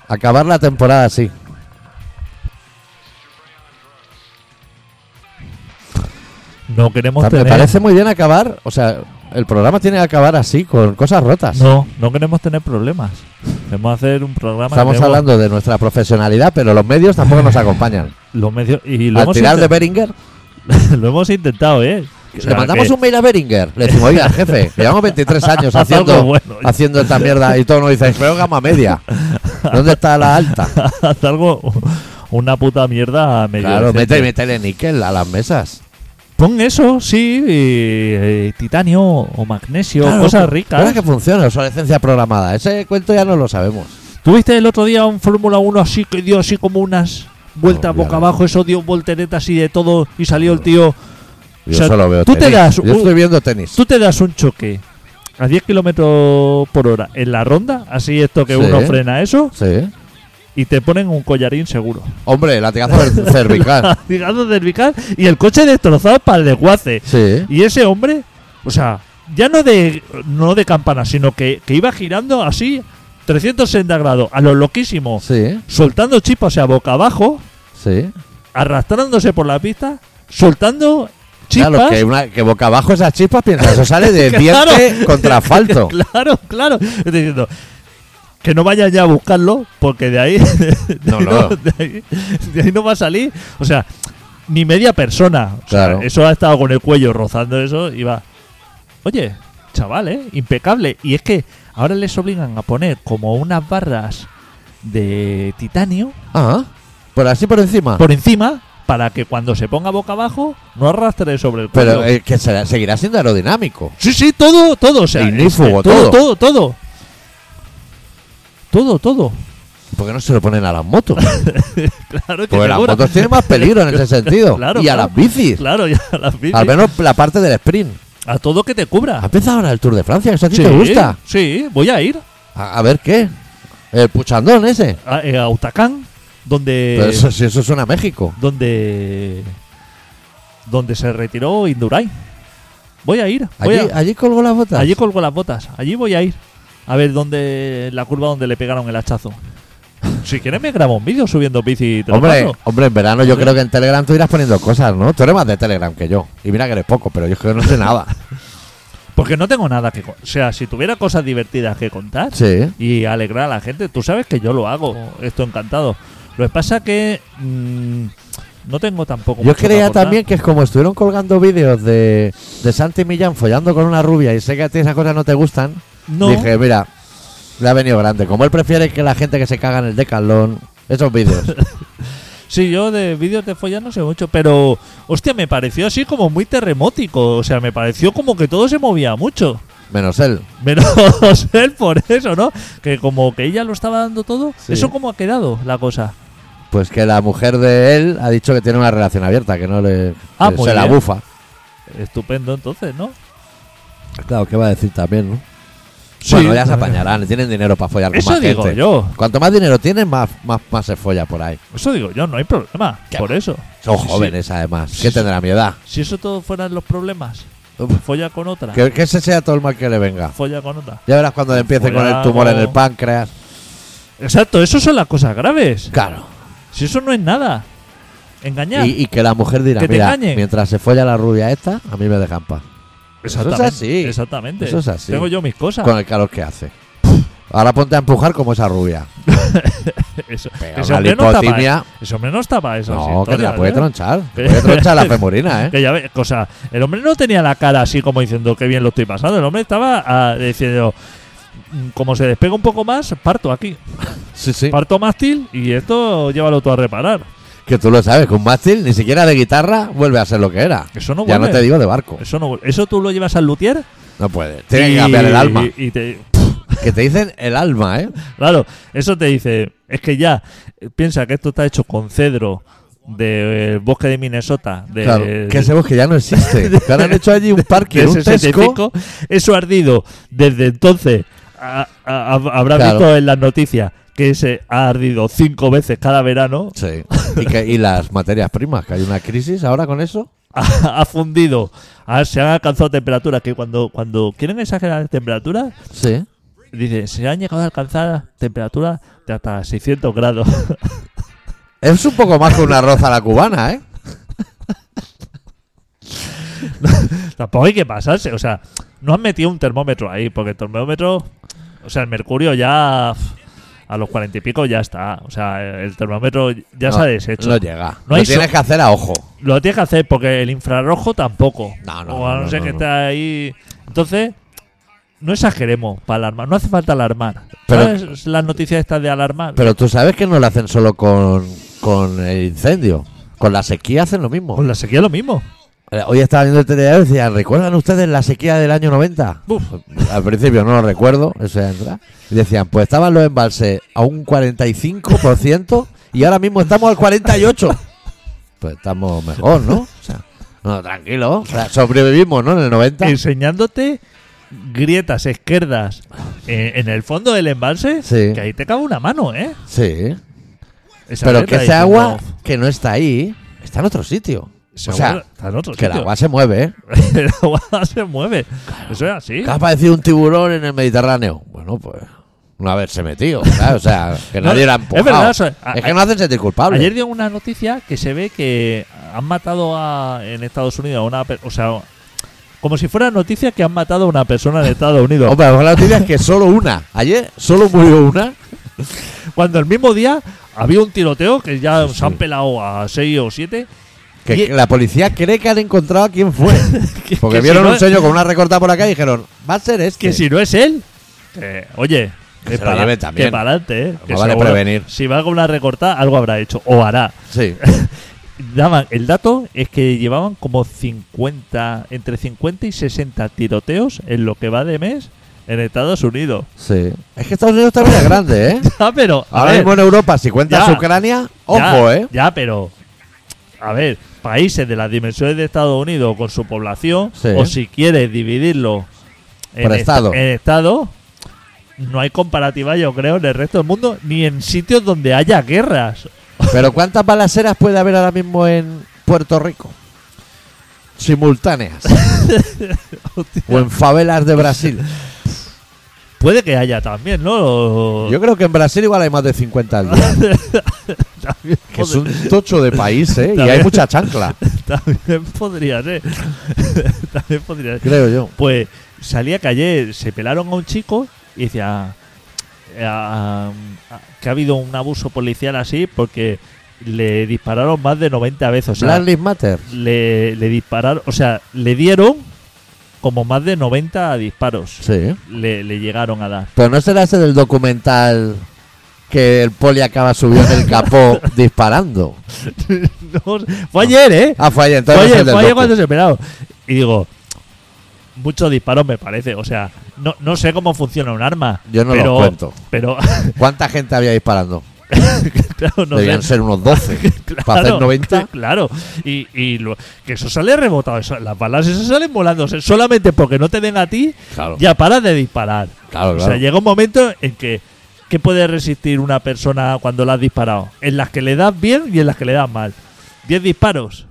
Speaker 1: acabar la temporada así.
Speaker 3: no queremos
Speaker 1: O sea, me
Speaker 3: tener.
Speaker 1: parece muy bien acabar, o sea, el programa tiene que acabar así, con cosas rotas.
Speaker 3: No, no queremos tener problemas. Queremos hacer un programa.
Speaker 1: Estamos
Speaker 3: queremos
Speaker 1: hablando de nuestra profesionalidad, pero los medios tampoco nos acompañan.
Speaker 3: Los medios. Y (laughs) lo
Speaker 1: Al
Speaker 3: hemos,
Speaker 1: tirar de
Speaker 3: inten-
Speaker 1: Beringer,
Speaker 3: lo hemos intentado, ¿eh? O sea,
Speaker 1: le mandamos
Speaker 3: que
Speaker 1: un mail a Beringer. Le decimos,
Speaker 3: (laughs)
Speaker 1: oiga, jefe, llevamos 23 años
Speaker 3: haz (laughs) algo
Speaker 1: haciendo,
Speaker 3: bueno.
Speaker 1: haciendo esta mierda y todo nos dice, pero gama
Speaker 3: (laughs)
Speaker 1: media. ¿Dónde está la alta?
Speaker 3: haz algo. Una puta mierda medio.
Speaker 1: Claro,
Speaker 3: decente.
Speaker 1: mete, métele níquel a las mesas.
Speaker 3: Pon eso, sí. y- y titanio o magnesio,
Speaker 1: Claro,
Speaker 3: cosas
Speaker 1: pero-
Speaker 3: ricas.
Speaker 1: Ahora que funciona, obsolescencia programada. Ese cuento ya no lo sabemos.
Speaker 3: ¿Tuviste el otro día un Fórmula 1 así que dio así como unas vueltas
Speaker 1: No,
Speaker 3: boca
Speaker 1: ya no.
Speaker 3: abajo? Eso dio volteretas y de todo y salió el tío.
Speaker 1: Yo
Speaker 3: O sea,
Speaker 1: solo veo
Speaker 3: tú te
Speaker 1: tenis.
Speaker 3: das
Speaker 1: Yo
Speaker 3: un-
Speaker 1: estoy viendo tenis.
Speaker 3: Tú te das un choque a 10 kilómetros por hora en la ronda, así esto que
Speaker 1: Sí.
Speaker 3: uno frena eso,
Speaker 1: Sí.
Speaker 3: y te ponen un collarín seguro.
Speaker 1: Hombre, latigazo cer-
Speaker 3: (laughs)
Speaker 1: cervical.
Speaker 3: Digamos cervical y el coche destrozado para el desguace.
Speaker 1: Sí.
Speaker 3: Y ese hombre, o sea, ya no de no de campana, sino que, que iba girando así 360 grados, a lo loquísimo,
Speaker 1: Sí.
Speaker 3: soltando chispas, o sea, boca abajo.
Speaker 1: Sí.
Speaker 3: arrastrándose por la pista, soltando chispas.
Speaker 1: Claro, que, una, que boca abajo esas chispas, piensa, eso sale de
Speaker 3: (laughs) Claro.
Speaker 1: diente contra asfalto.
Speaker 3: (laughs) claro, claro. Estoy diciendo que no vayas ya a buscarlo porque de ahí, (laughs) de,
Speaker 1: No,
Speaker 3: ahí
Speaker 1: no.
Speaker 3: de ahí- de ahí no va a salir. O sea, ni media persona. O sea,
Speaker 1: Claro.
Speaker 3: Eso ha estado con el cuello rozando eso y va. Oye, chaval, ¿eh? Impecable. Y es que ahora les obligan a poner como unas barras de titanio
Speaker 1: Ah, por así por encima.
Speaker 3: por encima para que cuando se ponga boca abajo no arrastre sobre el cuello.
Speaker 1: Pero eh, que será- seguirá siendo aerodinámico.
Speaker 3: Sí, sí, todo, todo. O sea,
Speaker 1: Ignífugo,
Speaker 3: este, todo, todo, todo. Todo, todo.
Speaker 1: ¿Por qué no se lo ponen a las
Speaker 3: (laughs)
Speaker 1: motos?
Speaker 3: Claro
Speaker 1: Porque
Speaker 3: que
Speaker 1: Pues las
Speaker 3: segura.
Speaker 1: motos tienen más peligro en
Speaker 3: (laughs)
Speaker 1: ese sentido.
Speaker 3: Claro,
Speaker 1: y a
Speaker 3: claro.
Speaker 1: las bicis.
Speaker 3: Claro, ya (laughs) a las bicis.
Speaker 1: Al menos la parte del sprint.
Speaker 3: A todo que te cubra.
Speaker 1: ¿Ha empezado ahora el Tour de Francia? ¿Eso a ti
Speaker 3: Sí,
Speaker 1: te gusta?
Speaker 3: Sí, voy a ir
Speaker 1: A, a ver qué. El puchandón ese.
Speaker 3: a, eh, a Utacán, donde.
Speaker 1: Pero eso, si eso suena a México.
Speaker 3: Donde. Donde se retiró Indurain. Voy a ir. Voy
Speaker 1: Allí,
Speaker 3: a-
Speaker 1: allí colgó las botas.
Speaker 3: allí colgo las botas. Allí voy a ir. A ver dónde. La curva donde le pegaron el hachazo. Si quieres, me grabo un vídeo subiendo bici. y te lo
Speaker 1: Hombre,
Speaker 3: paso.
Speaker 1: hombre, en verano yo
Speaker 3: Hombre.
Speaker 1: creo que en Telegram tú irás poniendo cosas, ¿no? Tú eres más de Telegram que yo. Y mira que eres poco, pero yo es que no sé nada.
Speaker 3: Porque no tengo nada que. con- O sea, si tuviera cosas divertidas que contar
Speaker 1: Sí.
Speaker 3: y alegrar a la gente, tú sabes que yo lo hago. Esto encantado. Lo que pasa que. mm, no tengo tampoco.
Speaker 1: Yo
Speaker 3: mucho que
Speaker 1: creía
Speaker 3: aportar.
Speaker 1: también que es como estuvieron colgando vídeos de, de Santi Millán follando con una rubia y sé que a ti esas cosas no te gustan.
Speaker 3: No.
Speaker 1: Dije, mira, le ha venido grande. Como él prefiere que la gente que se caga en el decalón, esos vídeos. (laughs)
Speaker 3: Sí, yo de vídeos de follar no sé mucho, pero hostia, me pareció así como muy terremótico. O sea, me pareció como que todo se movía mucho. (laughs)
Speaker 1: menos él.
Speaker 3: Menos él por eso, ¿no? Que como que ella lo estaba dando todo.
Speaker 1: Sí.
Speaker 3: ¿Eso cómo ha quedado la cosa?
Speaker 1: Pues que la mujer de él ha dicho que tiene una relación abierta, que no le.
Speaker 3: Ah,
Speaker 1: que
Speaker 3: muy
Speaker 1: se la
Speaker 3: bien.
Speaker 1: bufa.
Speaker 3: Estupendo entonces, ¿no?
Speaker 1: Claro, ¿qué va a decir también, no?
Speaker 3: Sí.
Speaker 1: bueno, ya se apañarán, tienen dinero para follar con
Speaker 3: Eso
Speaker 1: más
Speaker 3: digo
Speaker 1: gente.
Speaker 3: yo.
Speaker 1: Cuanto más dinero tienen, más, más, más se folla por ahí.
Speaker 3: Eso digo yo, no hay problema.
Speaker 1: ¿Qué
Speaker 3: Por eso.
Speaker 1: Son
Speaker 3: Sí, sí.
Speaker 1: jóvenes, además.
Speaker 3: Sí,
Speaker 1: ¿Qué
Speaker 3: sí.
Speaker 1: tendrá mi edad?
Speaker 3: Si eso todo fueran los problemas,
Speaker 1: Uf,
Speaker 3: folla con otra.
Speaker 1: Que, que ese sea todo el mal que le venga.
Speaker 3: Folla con otra.
Speaker 1: Ya verás cuando le empiece con el tumor en el
Speaker 3: Cuidado.
Speaker 1: páncreas.
Speaker 3: Exacto, eso son las cosas graves.
Speaker 1: Claro.
Speaker 3: Si eso no es nada. Engañar.
Speaker 1: Y, y que la mujer dirá,
Speaker 3: Que te
Speaker 1: mira,
Speaker 3: engañen".
Speaker 1: mientras se folla la rubia esta, a mí me dejan paz. Eso es
Speaker 3: Exactamente.
Speaker 1: así.
Speaker 3: Exactamente.
Speaker 1: Eso es así.
Speaker 3: Tengo yo mis cosas.
Speaker 1: Con el calor que hace. Ahora ponte a empujar como esa rubia.
Speaker 3: (laughs) Eso,
Speaker 1: Pega
Speaker 3: ese
Speaker 1: una
Speaker 3: hombre no está pa-
Speaker 1: lipotimia.
Speaker 3: Ese hombre no estaba eso.
Speaker 1: No, que te la puede tronchar.
Speaker 3: (laughs) Que-
Speaker 1: Te puede tronchar la femorina,
Speaker 3: (laughs)
Speaker 1: ¿eh?
Speaker 3: Que ya ves, o sea, el hombre no tenía la cara así como diciendo qué bien lo estoy pasando. El hombre estaba ah, diciendo, "Mm, como se despega un poco más, parto aquí.
Speaker 1: Sí, sí.
Speaker 3: Parto mástil y esto llévalo tú a reparar.
Speaker 1: Que tú lo sabes, que un mástil ni siquiera de guitarra vuelve a ser lo que era.
Speaker 3: Eso no
Speaker 1: ya
Speaker 3: vuelve.
Speaker 1: no te digo de barco.
Speaker 3: Eso, no, vuelve. eso tú lo llevas al luthier.
Speaker 1: No puede. Tiene que
Speaker 3: y-
Speaker 1: cambiar el alma.
Speaker 3: Y, y te-
Speaker 1: Que te dicen el alma, ¿eh?
Speaker 3: claro, eso te dice, es que ya eh, piensa que esto está hecho con cedro del bosque de Minnesota. De,
Speaker 1: claro. que ese bosque ya no
Speaker 3: (laughs)
Speaker 1: existe. Que ahora han hecho allí un parque,
Speaker 3: que
Speaker 1: un tesco.
Speaker 3: 65, eso ha ardido desde entonces. a- a- a- habrá
Speaker 1: Claro.
Speaker 3: visto en las noticias que se ha ardido cinco veces cada verano. (laughs)
Speaker 1: Sí. Y, que- y las materias primas, que hay una crisis ahora con eso.
Speaker 3: Ha, ha fundido. ha- se han alcanzado temperaturas que cuando, cuando quieren exagerar las temperaturas,
Speaker 1: Sí.
Speaker 3: dicen, se han llegado a alcanzar temperaturas de hasta 600 grados. (laughs)
Speaker 1: Es un poco más que una roza a la cubana, ¿eh?
Speaker 3: Tampoco hay que pasarse. O sea, no han metido un termómetro ahí, porque el termómetro, o sea, el mercurio ya... pf, A los cuarenta y pico ya está. O sea, el termómetro ya
Speaker 1: no,
Speaker 3: se ha deshecho.
Speaker 1: No llega.
Speaker 3: No hay
Speaker 1: lo tienes
Speaker 3: so-
Speaker 1: que hacer a ojo.
Speaker 3: Lo tienes que hacer porque el infrarrojo tampoco.
Speaker 1: No, no,
Speaker 3: O a no,
Speaker 1: no,
Speaker 3: ser
Speaker 1: no,
Speaker 3: que
Speaker 1: no.
Speaker 3: esté ahí. Entonces, no exageremos para alarmar. No hace falta alarmar.
Speaker 1: Pero-
Speaker 3: ¿Sabes las noticias estas de alarmar?
Speaker 1: Pero tú sabes que no lo hacen solo con, con el incendio. Con la sequía hacen lo mismo.
Speaker 3: Con la sequía lo mismo.
Speaker 1: Eh, Hoy estaba viendo el telediario y decían, ¿recuerdan ustedes la sequía del año 90?
Speaker 3: Buf.
Speaker 1: Al principio no lo recuerdo, eso ya entra. Y decían, pues estaban los embalses a un 45% y ahora mismo estamos al 48%. Pues estamos mejor, ¿no? O sea, no, tranquilo. O sea, sobrevivimos, ¿no? En el 90.
Speaker 3: Enseñándote grietas izquierdas eh, en el fondo del embalse.
Speaker 1: Sí.
Speaker 3: Que ahí te cabe una mano, ¿eh?
Speaker 1: Sí.
Speaker 3: Esa
Speaker 1: Pero que
Speaker 3: grieta
Speaker 1: ese
Speaker 3: diciendo,
Speaker 1: agua que no está ahí, está en otro sitio.
Speaker 3: "Ese
Speaker 1: O sea,
Speaker 3: agua está en otro
Speaker 1: que el
Speaker 3: sitio".
Speaker 1: agua se mueve, ¿eh?
Speaker 3: (laughs) El agua se mueve. Eso es así.
Speaker 1: ¿Qué ha parecido un tiburón en el Mediterráneo? Bueno, pues no haberse metido, ¿sabes? O sea, que
Speaker 3: No,
Speaker 1: nadie la ha
Speaker 3: es
Speaker 1: empujado.
Speaker 3: verdad, o sea, a-
Speaker 1: es que no hacen sentir culpable.
Speaker 3: Ayer dio una noticia que se ve que han matado a, en Estados Unidos a una persona. O sea, como si fuera noticia que han matado a una persona en Estados Unidos.
Speaker 1: (laughs) Hombre, a lo mejor la noticia es que solo una. Ayer solo murió una.
Speaker 3: Cuando el mismo día había un tiroteo que ya se han pelado a seis o siete
Speaker 1: Que
Speaker 3: Y-
Speaker 1: la policía cree que han encontrado a quién fue.
Speaker 3: (laughs) Que-
Speaker 1: Porque
Speaker 3: que si
Speaker 1: vieron
Speaker 3: no
Speaker 1: un
Speaker 3: es-
Speaker 1: sello con una recortada por acá y dijeron, va a ser este.
Speaker 3: Que si no es él, que, oye,
Speaker 1: Que se lo lleve también.
Speaker 3: Que para adelante, ¿eh? Que
Speaker 1: vale prevenir.
Speaker 3: Si va con una recortada, algo habrá hecho, o hará.
Speaker 1: Sí.
Speaker 3: Daban, el dato es que llevaban como 50, entre 50 y 60 tiroteos en lo que va de mes en Estados Unidos. (laughs)
Speaker 1: Sí. Es que Estados Unidos también es grande, ¿eh?
Speaker 3: Ah, pero. (laughs) a
Speaker 1: Ahora
Speaker 3: ver,
Speaker 1: mismo en Europa, si cuentas
Speaker 3: ya.
Speaker 1: Ucrania,
Speaker 3: ya,
Speaker 1: ojo, ¿eh?
Speaker 3: Ya, pero. A ver, países de las dimensiones de Estados Unidos con su población,
Speaker 1: Sí.
Speaker 3: o si quieres dividirlo
Speaker 1: Por
Speaker 3: esta-
Speaker 1: estado.
Speaker 3: en estado, no hay comparativa, yo creo, en el resto del mundo, ni en sitios donde haya guerras.
Speaker 1: Pero ¿cuántas balaceras puede haber ahora mismo en Puerto Rico?
Speaker 3: (laughs)
Speaker 1: Simultáneas. o en favelas de Brasil.
Speaker 3: Puede que haya también, ¿no?
Speaker 1: Yo creo que en Brasil igual hay más de 50 al día.
Speaker 3: También
Speaker 1: Que es
Speaker 3: pod-
Speaker 1: un tocho de país, ¿eh? Y hay
Speaker 3: También.
Speaker 1: mucha chancla,
Speaker 3: (laughs) también podría ser. (laughs) también podría ser.
Speaker 1: creo yo.
Speaker 3: Pues salía que ayer se pelaron a un chico y decía eh, ah, ah, que ha habido un abuso policial así porque le dispararon más de 90 veces. O sea,
Speaker 1: Black Lives Matter.
Speaker 3: le, le dispararon, o sea, le dieron como más de 90 disparos.
Speaker 1: Sí.
Speaker 3: Le, le llegaron
Speaker 1: (laughs)
Speaker 3: a dar.
Speaker 1: Pero no será ese del documental que el poli acaba subiendo el
Speaker 3: (laughs)
Speaker 1: capó disparando.
Speaker 3: No, fue ayer, ¿eh?
Speaker 1: Ah, fue ayer, entonces.
Speaker 3: Fue
Speaker 1: no es
Speaker 3: ayer,
Speaker 1: el del
Speaker 3: fue ayer
Speaker 1: docu.
Speaker 3: cuando se pelaron. Y digo, muchos disparos me parece. O sea, no, no sé cómo funciona un arma.
Speaker 1: Yo no los
Speaker 3: pero,
Speaker 1: cuento. (laughs)
Speaker 3: Pero,
Speaker 1: ¿Cuánta gente había disparando?
Speaker 3: (laughs) claro, no sé.
Speaker 1: Debían ser unos
Speaker 3: (laughs)
Speaker 1: 12.
Speaker 3: Claro,
Speaker 1: Para hacer 90.
Speaker 3: Claro, y, y lo- que eso sale rebotado, eso- las balas esas salen volándose solamente porque no te den a ti,
Speaker 1: Claro,
Speaker 3: ya paras de disparar.
Speaker 1: claro,
Speaker 3: O sea, llega un momento en que ¿qué puede resistir una persona cuando la has disparado? En las que le das bien y en las que le das mal. 10 disparos.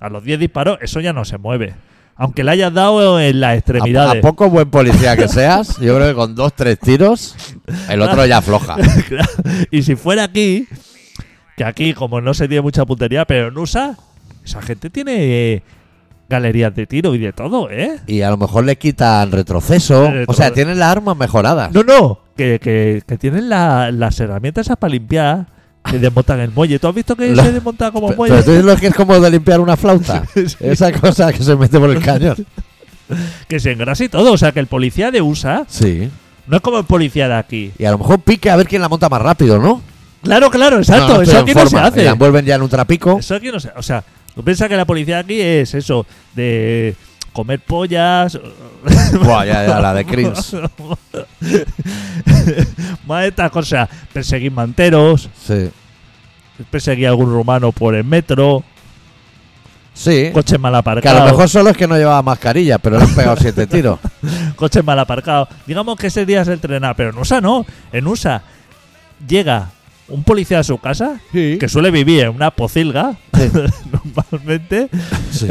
Speaker 3: A los 10 disparos eso ya no se mueve. Aunque le hayas dado en las
Speaker 1: A,
Speaker 3: extremidades.
Speaker 1: a poco buen policía que seas, yo creo que con dos, tres tiros, el otro ya afloja.
Speaker 3: (laughs) Claro. y si fuera aquí, que aquí como no se tiene mucha puntería, pero en USA, esa gente tiene eh, galerías de tiro y de todo, ¿eh?
Speaker 1: Y a lo mejor le quitan
Speaker 3: (laughs)
Speaker 1: retroceso. O sea, tienen las armas mejoradas.
Speaker 3: No, no, que, que- que tienen la- las herramientas esas para limpiar, que desmontan el muelle. ¿Tú has visto
Speaker 1: (laughs)
Speaker 3: que
Speaker 1: Lo-
Speaker 3: se desmonta como
Speaker 1: Pero,
Speaker 3: muelle?
Speaker 1: pero tú dices lo que es como de limpiar una flauta.
Speaker 3: (laughs) Sí.
Speaker 1: Esa cosa que se mete por el cañón.
Speaker 3: Que se engrasa y todo. O sea, que el policía de USA
Speaker 1: Sí.
Speaker 3: no es como el policía de aquí.
Speaker 1: Y a lo mejor pique a ver quién la monta más rápido, ¿no?
Speaker 3: Claro, claro, exacto.
Speaker 1: No, no estoy
Speaker 3: eso
Speaker 1: en
Speaker 3: aquí no se
Speaker 1: forma. Y
Speaker 3: hace.
Speaker 1: La envuelven ya en un trapico.
Speaker 3: Eso aquí no se O sea, tú piensas que la policía aquí es eso, de comer pollas.
Speaker 1: (laughs) Buah, ya, ya, la de Crims.
Speaker 3: (laughs) Más de estas cosas. Perseguir manteros,
Speaker 1: Sí.
Speaker 3: perseguir a algún rumano por el metro,
Speaker 1: Sí.
Speaker 3: coches
Speaker 1: Que a
Speaker 3: mal
Speaker 1: lo
Speaker 3: aparcados.
Speaker 1: mejor solo es que no llevaba mascarilla, pero le han pegado siete
Speaker 3: (laughs)
Speaker 1: tiros.
Speaker 3: coches mal aparcados. Digamos que ese día es el trenar, pero en USA no. En USA llega un policía a su casa,
Speaker 1: Sí.
Speaker 3: que suele vivir en una pocilga,
Speaker 1: Sí.
Speaker 3: (laughs) normalmente,
Speaker 1: Sí.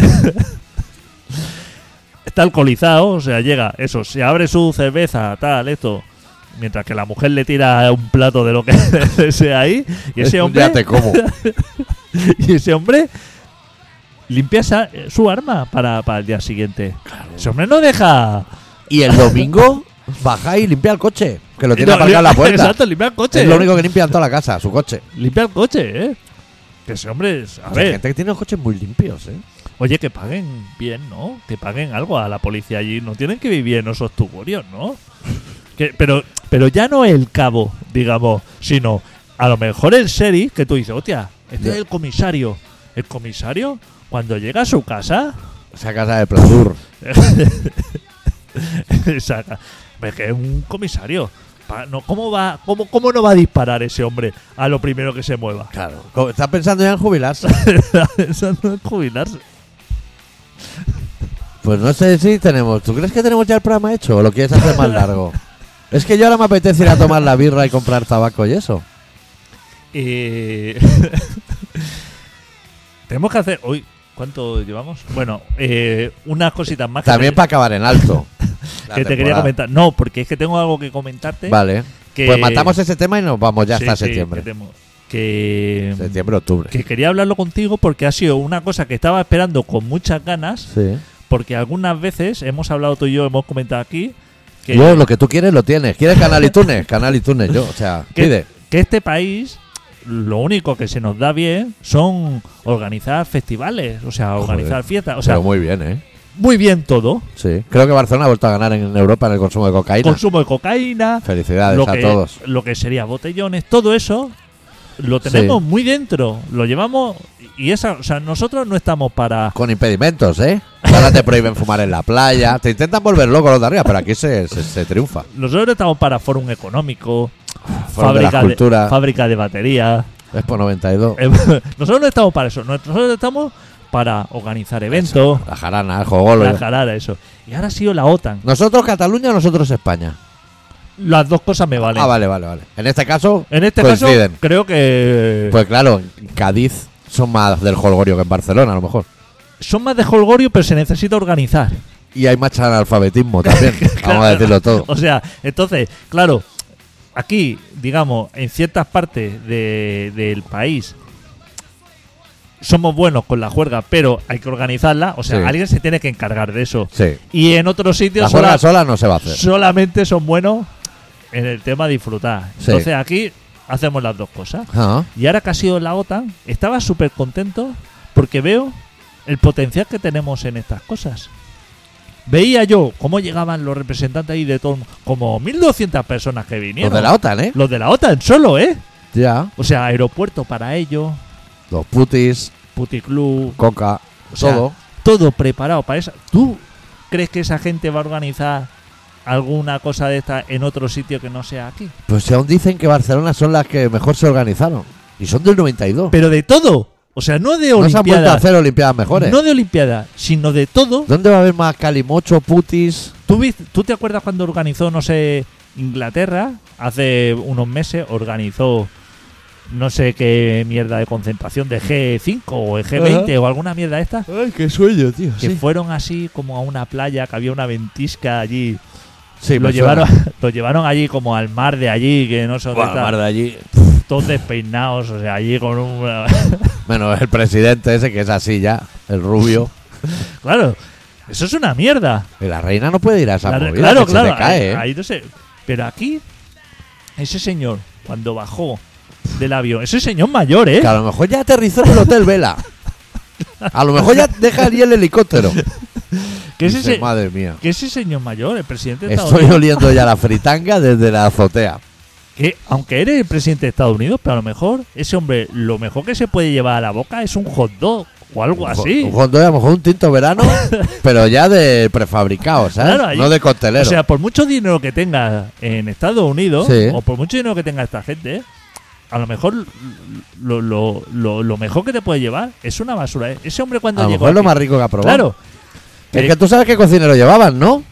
Speaker 3: está alcoholizado, o sea, llega, eso, se abre su cerveza, tal, esto. Mientras que la mujer le tira un plato de lo que (laughs) sea ahí, (laughs) y
Speaker 1: (laughs)
Speaker 3: ese
Speaker 1: Ya
Speaker 3: hombre,
Speaker 1: te como.
Speaker 3: y ese hombre limpia esa- eh, su arma para, para el día siguiente. Ese hombre no deja.
Speaker 1: Y el domingo baja y limpia el coche, que lo tiene
Speaker 3: no, (laughs)
Speaker 1: aparcado en la puerta.
Speaker 3: Exacto, limpia el coche.
Speaker 1: Es lo único que limpia en toda la casa, su coche.
Speaker 3: Limpia el coche, ¿eh? Que ese hombre, es- a
Speaker 1: Hay
Speaker 3: ver,
Speaker 1: gente que tiene los coches muy limpios, ¿eh?
Speaker 3: oye, que paguen bien, ¿no? Que paguen algo a la policía allí. No tienen que vivir en esos tugurios, ¿no? (laughs) Que, pero, pero ya no el cabo, digamos, sino a lo mejor el sheriff que tú dices, hostia, este
Speaker 1: Ya.
Speaker 3: es el comisario. El comisario, cuando llega a su casa, (laughs)
Speaker 1: Esa casa de Platur.
Speaker 3: saca. Hombre, que es un comisario. Pa- no, ¿cómo, va, cómo, ¿Cómo no va a disparar ese hombre a lo primero que se mueva? (laughs)
Speaker 1: Claro. Co- Está pensando ya en jubilarse.
Speaker 3: Eso no es jubilarse.
Speaker 1: Pues no sé si tenemos. ¿Tú crees que tenemos ya el programa hecho o lo quieres hacer más
Speaker 3: (laughs)
Speaker 1: largo? Es que yo ahora me apetece ir a tomar la birra y comprar tabaco y eso.
Speaker 3: Eh, (laughs) Tenemos que hacer. Hoy, ¿cuánto llevamos? Bueno, eh, unas cositas más que
Speaker 1: También
Speaker 3: te-
Speaker 1: para acabar en alto. La
Speaker 3: (laughs) que te quería
Speaker 1: temporada.
Speaker 3: comentar. No, porque es que tengo algo que comentarte.
Speaker 1: Vale.
Speaker 3: que-
Speaker 1: Pues matamos ese tema y nos vamos ya
Speaker 3: Sí,
Speaker 1: hasta
Speaker 3: sí,
Speaker 1: septiembre.
Speaker 3: que temo- Que,
Speaker 1: Septiembre, octubre.
Speaker 3: que quería hablarlo contigo porque ha sido una cosa que estaba esperando con muchas ganas.
Speaker 1: Sí.
Speaker 3: Porque algunas veces hemos hablado tú y yo, hemos comentado aquí.
Speaker 1: (laughs)
Speaker 3: Que,
Speaker 1: Yo, lo que tú quieres lo tienes. ¿Quieres Canal iTunes? Canal iTunes, yo. O sea,
Speaker 3: que,
Speaker 1: pide.
Speaker 3: que este país lo único que se nos da bien son organizar festivales, o sea, organizar fiestas, o sea,
Speaker 1: Pero
Speaker 3: muy,
Speaker 1: muy bien, ¿eh?
Speaker 3: bien todo.
Speaker 1: Sí. Creo que Barcelona ha vuelto a ganar en Europa en el consumo de cocaína.
Speaker 3: Consumo de cocaína,
Speaker 1: Felicidades
Speaker 3: lo
Speaker 1: a
Speaker 3: que,
Speaker 1: todos.
Speaker 3: lo que sería botellones, todo eso lo
Speaker 1: Sí.
Speaker 3: tenemos muy dentro, lo llevamos y esa, o sea, nosotros no estamos para
Speaker 1: Con impedimentos, ¿eh? Ahora te prohíben fumar en la playa. Te intentan volver loco los de arriba, pero aquí se, se- se triunfa.
Speaker 3: nosotros no estamos para forum económico,
Speaker 1: Fueron de
Speaker 3: fábrica
Speaker 1: las
Speaker 3: de,
Speaker 1: culturas.
Speaker 3: fábrica
Speaker 1: (laughs)
Speaker 3: de baterías.
Speaker 1: Expo 92.
Speaker 3: Eh, (laughs) Nosotros no estamos para eso, nosotros estamos para organizar eventos,
Speaker 1: La jarana, el jogolo.
Speaker 3: para jalar a eso. Y ahora ha sido la OTAN.
Speaker 1: Nosotros Cataluña, nosotros España.
Speaker 3: Las dos cosas me valen.
Speaker 1: Ah, vale, vale, vale. En este caso,
Speaker 3: En este
Speaker 1: coinciden.
Speaker 3: caso, creo que
Speaker 1: Pues claro, en Cádiz son más del jolgorio que en Barcelona, a lo mejor.
Speaker 3: son más de holgorio, pero se necesita organizar.
Speaker 1: Y hay más analfabetismo
Speaker 3: (laughs)
Speaker 1: también. Vamos a decirlo todo.
Speaker 3: O sea, entonces, claro, aquí, digamos, en ciertas partes de- del país somos buenos con la juerga, pero hay que organizarla. O sea,
Speaker 1: Sí.
Speaker 3: alguien se tiene que encargar de eso.
Speaker 1: Sí.
Speaker 3: Y en otros sitios
Speaker 1: La juega
Speaker 3: sola-
Speaker 1: sola no se va a hacer.
Speaker 3: solamente son buenos en el tema de disfrutar.
Speaker 1: Sí.
Speaker 3: Entonces aquí hacemos las dos cosas.
Speaker 1: Ah,
Speaker 3: Y ahora que ha sido la OTAN, estaba súper contento porque veo el potencial que tenemos en estas cosas. Veía yo cómo llegaban los representantes ahí de todo, como 1.200 personas que
Speaker 1: Los
Speaker 3: vinieron.
Speaker 1: de la OTAN, ¿eh?
Speaker 3: Los de la OTAN solo, ¿eh?
Speaker 1: Ya.
Speaker 3: O sea, aeropuerto para ellos,
Speaker 1: Los putis,
Speaker 3: puticlub,
Speaker 1: coca,
Speaker 3: O sea,
Speaker 1: todo.
Speaker 3: todo preparado para eso. ¿Tú crees que esa gente va a organizar alguna cosa de esta en otro sitio que no sea aquí?
Speaker 1: Pues si aún dicen que Barcelona son las que mejor se organizaron. Y son del 92.
Speaker 3: Pero de todo. O sea, no de
Speaker 1: no se han vuelto a
Speaker 3: Olimpiadas.
Speaker 1: hacer Olimpiadas mejores.
Speaker 3: No de Olimpiadas, sino de todo.
Speaker 1: ¿Dónde va a haber más calimocho, putis?
Speaker 3: ¿Tú, vis- ¿Tú te acuerdas cuando organizó, no sé, Inglaterra? Hace unos meses organizó no sé qué mierda de concentración de G5 o G20 o alguna mierda de estas.
Speaker 1: Ay, qué sueño, tío.
Speaker 3: Que fueron así como a una playa, que había una ventisca allí.
Speaker 1: Sí,
Speaker 3: lo,
Speaker 1: me
Speaker 3: llevaron, (laughs)
Speaker 1: suena.
Speaker 3: lo llevaron allí como al mar de allí, que no sé dónde
Speaker 1: Buah,
Speaker 3: está,
Speaker 1: mar de allí.
Speaker 3: todos despeinados, o sea, allí con un... (laughs)
Speaker 1: Bueno, el presidente ese que es así ya, el
Speaker 3: (laughs)
Speaker 1: rubio.
Speaker 3: claro, eso es una mierda.
Speaker 1: Y la reina no puede ir a esa
Speaker 3: La-
Speaker 1: movida,
Speaker 3: claro,
Speaker 1: que
Speaker 3: claro,
Speaker 1: se te cae,
Speaker 3: ahí,
Speaker 1: ¿eh?
Speaker 3: ahí no sé. Pero aquí, ese señor, cuando bajó del avión, ese señor mayor, ¿eh?
Speaker 1: Que a lo mejor ya aterrizó en el hotel Vela. A lo mejor ya deja allí el
Speaker 3: (laughs)
Speaker 1: helicóptero.
Speaker 3: que, ese
Speaker 1: Dice,
Speaker 3: se-
Speaker 1: Madre mía.
Speaker 3: que ese señor mayor, el presidente de Estados
Speaker 1: Estoy
Speaker 3: Unidos,
Speaker 1: oliendo ya
Speaker 3: (laughs)
Speaker 1: la fritanga desde la azotea.
Speaker 3: que aunque eres el presidente de Estados Unidos, pero a lo mejor ese hombre, lo mejor que se puede llevar a la boca es un hot dog o algo así.
Speaker 1: Un hot dog, a lo mejor un tinto verano,
Speaker 3: (laughs)
Speaker 1: pero ya de prefabricado, ¿sabes?
Speaker 3: Claro, ahí-
Speaker 1: no de costelero.
Speaker 3: O sea, por mucho dinero que tenga en Estados Unidos,
Speaker 1: Sí.
Speaker 3: o por mucho dinero que tenga esta gente, a lo mejor lo, lo- lo- lo mejor que te puede llevar es una basura. ¿eh? Ese hombre cuando
Speaker 1: a lo
Speaker 3: llegó.
Speaker 1: mejor es lo
Speaker 3: aquí-
Speaker 1: más rico que ha probado.
Speaker 3: claro. eh,
Speaker 1: Es que tú sabes qué cocinero llevaban, ¿no?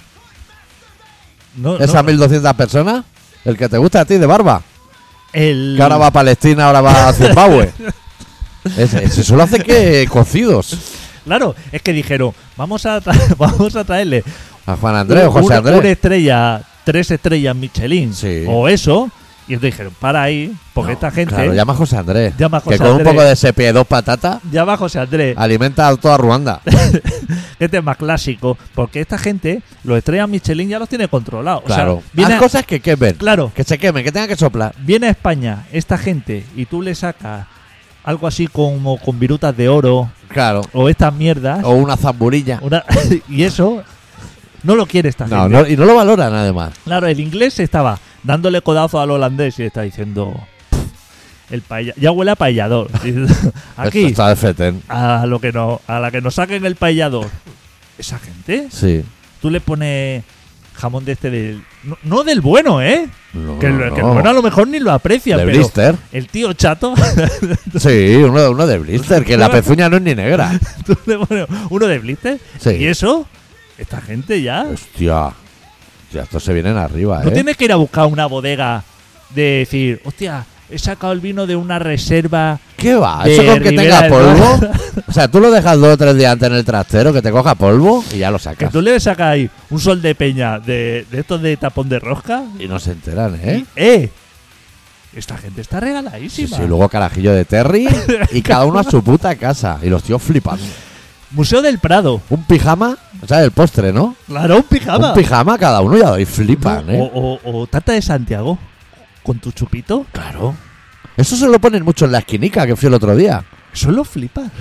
Speaker 3: No, no,
Speaker 1: Esas 1200 personas. El que te gusta a ti de barba.
Speaker 3: el-
Speaker 1: Que ahora
Speaker 3: Mm.
Speaker 1: va a Palestina, ahora va
Speaker 3: (laughs)
Speaker 1: a Zimbabue. Ese, ese solo hace que cocidos.
Speaker 3: Claro, es que dijeron, vamos a, tra- (laughs) vamos a traerle
Speaker 1: A Juan Andrés o
Speaker 3: un-
Speaker 1: José
Speaker 3: una,
Speaker 1: Andrés.
Speaker 3: una estrella, tres estrellas Michelin
Speaker 1: Sí.
Speaker 3: o eso. Y entonces dijeron, para ahí,
Speaker 1: No,
Speaker 3: porque esta gente
Speaker 1: Claro, llama a José Andrés.
Speaker 3: Llama a José
Speaker 1: que con
Speaker 3: Andrés. Eh.
Speaker 1: un poco de sepia y dos patatas
Speaker 3: ya va José Andrés,
Speaker 1: alimenta a toda Ruanda.
Speaker 3: este es más clásico, porque esta gente, los estrellas Michelin ya los tiene controlados.
Speaker 1: claro.
Speaker 3: O sea, viene
Speaker 1: Haz
Speaker 3: a-
Speaker 1: cosas que quemen.
Speaker 3: claro,
Speaker 1: Que se quemen, que tengan que soplar.
Speaker 3: viene a España esta gente y tú le sacas algo así como con virutas de oro
Speaker 1: Claro.
Speaker 3: o estas mierdas,
Speaker 1: O una zamburilla.
Speaker 3: una- (laughs) y eso no lo quiere esta
Speaker 1: No,
Speaker 3: gente.
Speaker 1: no- y no lo valoran además.
Speaker 3: Claro, el inglés estaba dándole codazo al holandés y está diciendo. "Pff, El paella, ya huele a
Speaker 1: (laughs)
Speaker 3: paellador. Dice,
Speaker 1: Esto
Speaker 3: Aquí,
Speaker 1: está de fetén.
Speaker 3: a, lo que no, a la que nos saquen el paellador. Esa gente,
Speaker 1: Sí.
Speaker 3: tú le pones jamón de este del. No, no del bueno, ¿eh?
Speaker 1: No,
Speaker 3: que, el,
Speaker 1: no,
Speaker 3: que el
Speaker 1: no.
Speaker 3: bueno a lo mejor ni lo aprecia,
Speaker 1: De
Speaker 3: pero.
Speaker 1: blister.
Speaker 3: El tío chato, (laughs)
Speaker 1: Sí, uno, uno de blister. Que la pezuña no es ni negra.
Speaker 3: tú le pones uno de blister.
Speaker 1: Sí. Pues
Speaker 3: Y eso, esta gente ya.
Speaker 1: Hostia. Ya estos se vienen arriba,
Speaker 3: No
Speaker 1: ¿eh?
Speaker 3: tienes que ir a buscar una bodega de decir, hostia, he sacado el vino de una reserva
Speaker 1: ¿Qué va?
Speaker 3: de
Speaker 1: Ah, ¿Eso con que tenga
Speaker 3: Ribera del
Speaker 1: polvo?
Speaker 3: Duero.
Speaker 1: O sea, tú lo dejas dos o tres días antes en el trastero, que te coja polvo y ya lo
Speaker 3: (laughs) Que
Speaker 1: sacas.
Speaker 3: tú le sacas ahí un sol de peña de, de estos de tapón de rosca.
Speaker 1: Y no se enteran, ¿eh?
Speaker 3: ¡Eh! Esta gente está
Speaker 1: Sí,
Speaker 3: regaladísima.
Speaker 1: sí, luego carajillo de
Speaker 3: (laughs)
Speaker 1: Terry y cada uno a su puta casa. Y los tíos flipando.
Speaker 3: Museo del Prado.
Speaker 1: Un pijama, o sea, el postre, ¿no?
Speaker 3: Claro, un pijama.
Speaker 1: Un pijama cada uno ya, y flipan,
Speaker 3: O,
Speaker 1: ¿eh?
Speaker 3: o- o Tata de Santiago. Con tu chupito.
Speaker 1: Claro. Eso se lo ponen mucho en la esquinica que fui el otro día.
Speaker 3: Solo flipar.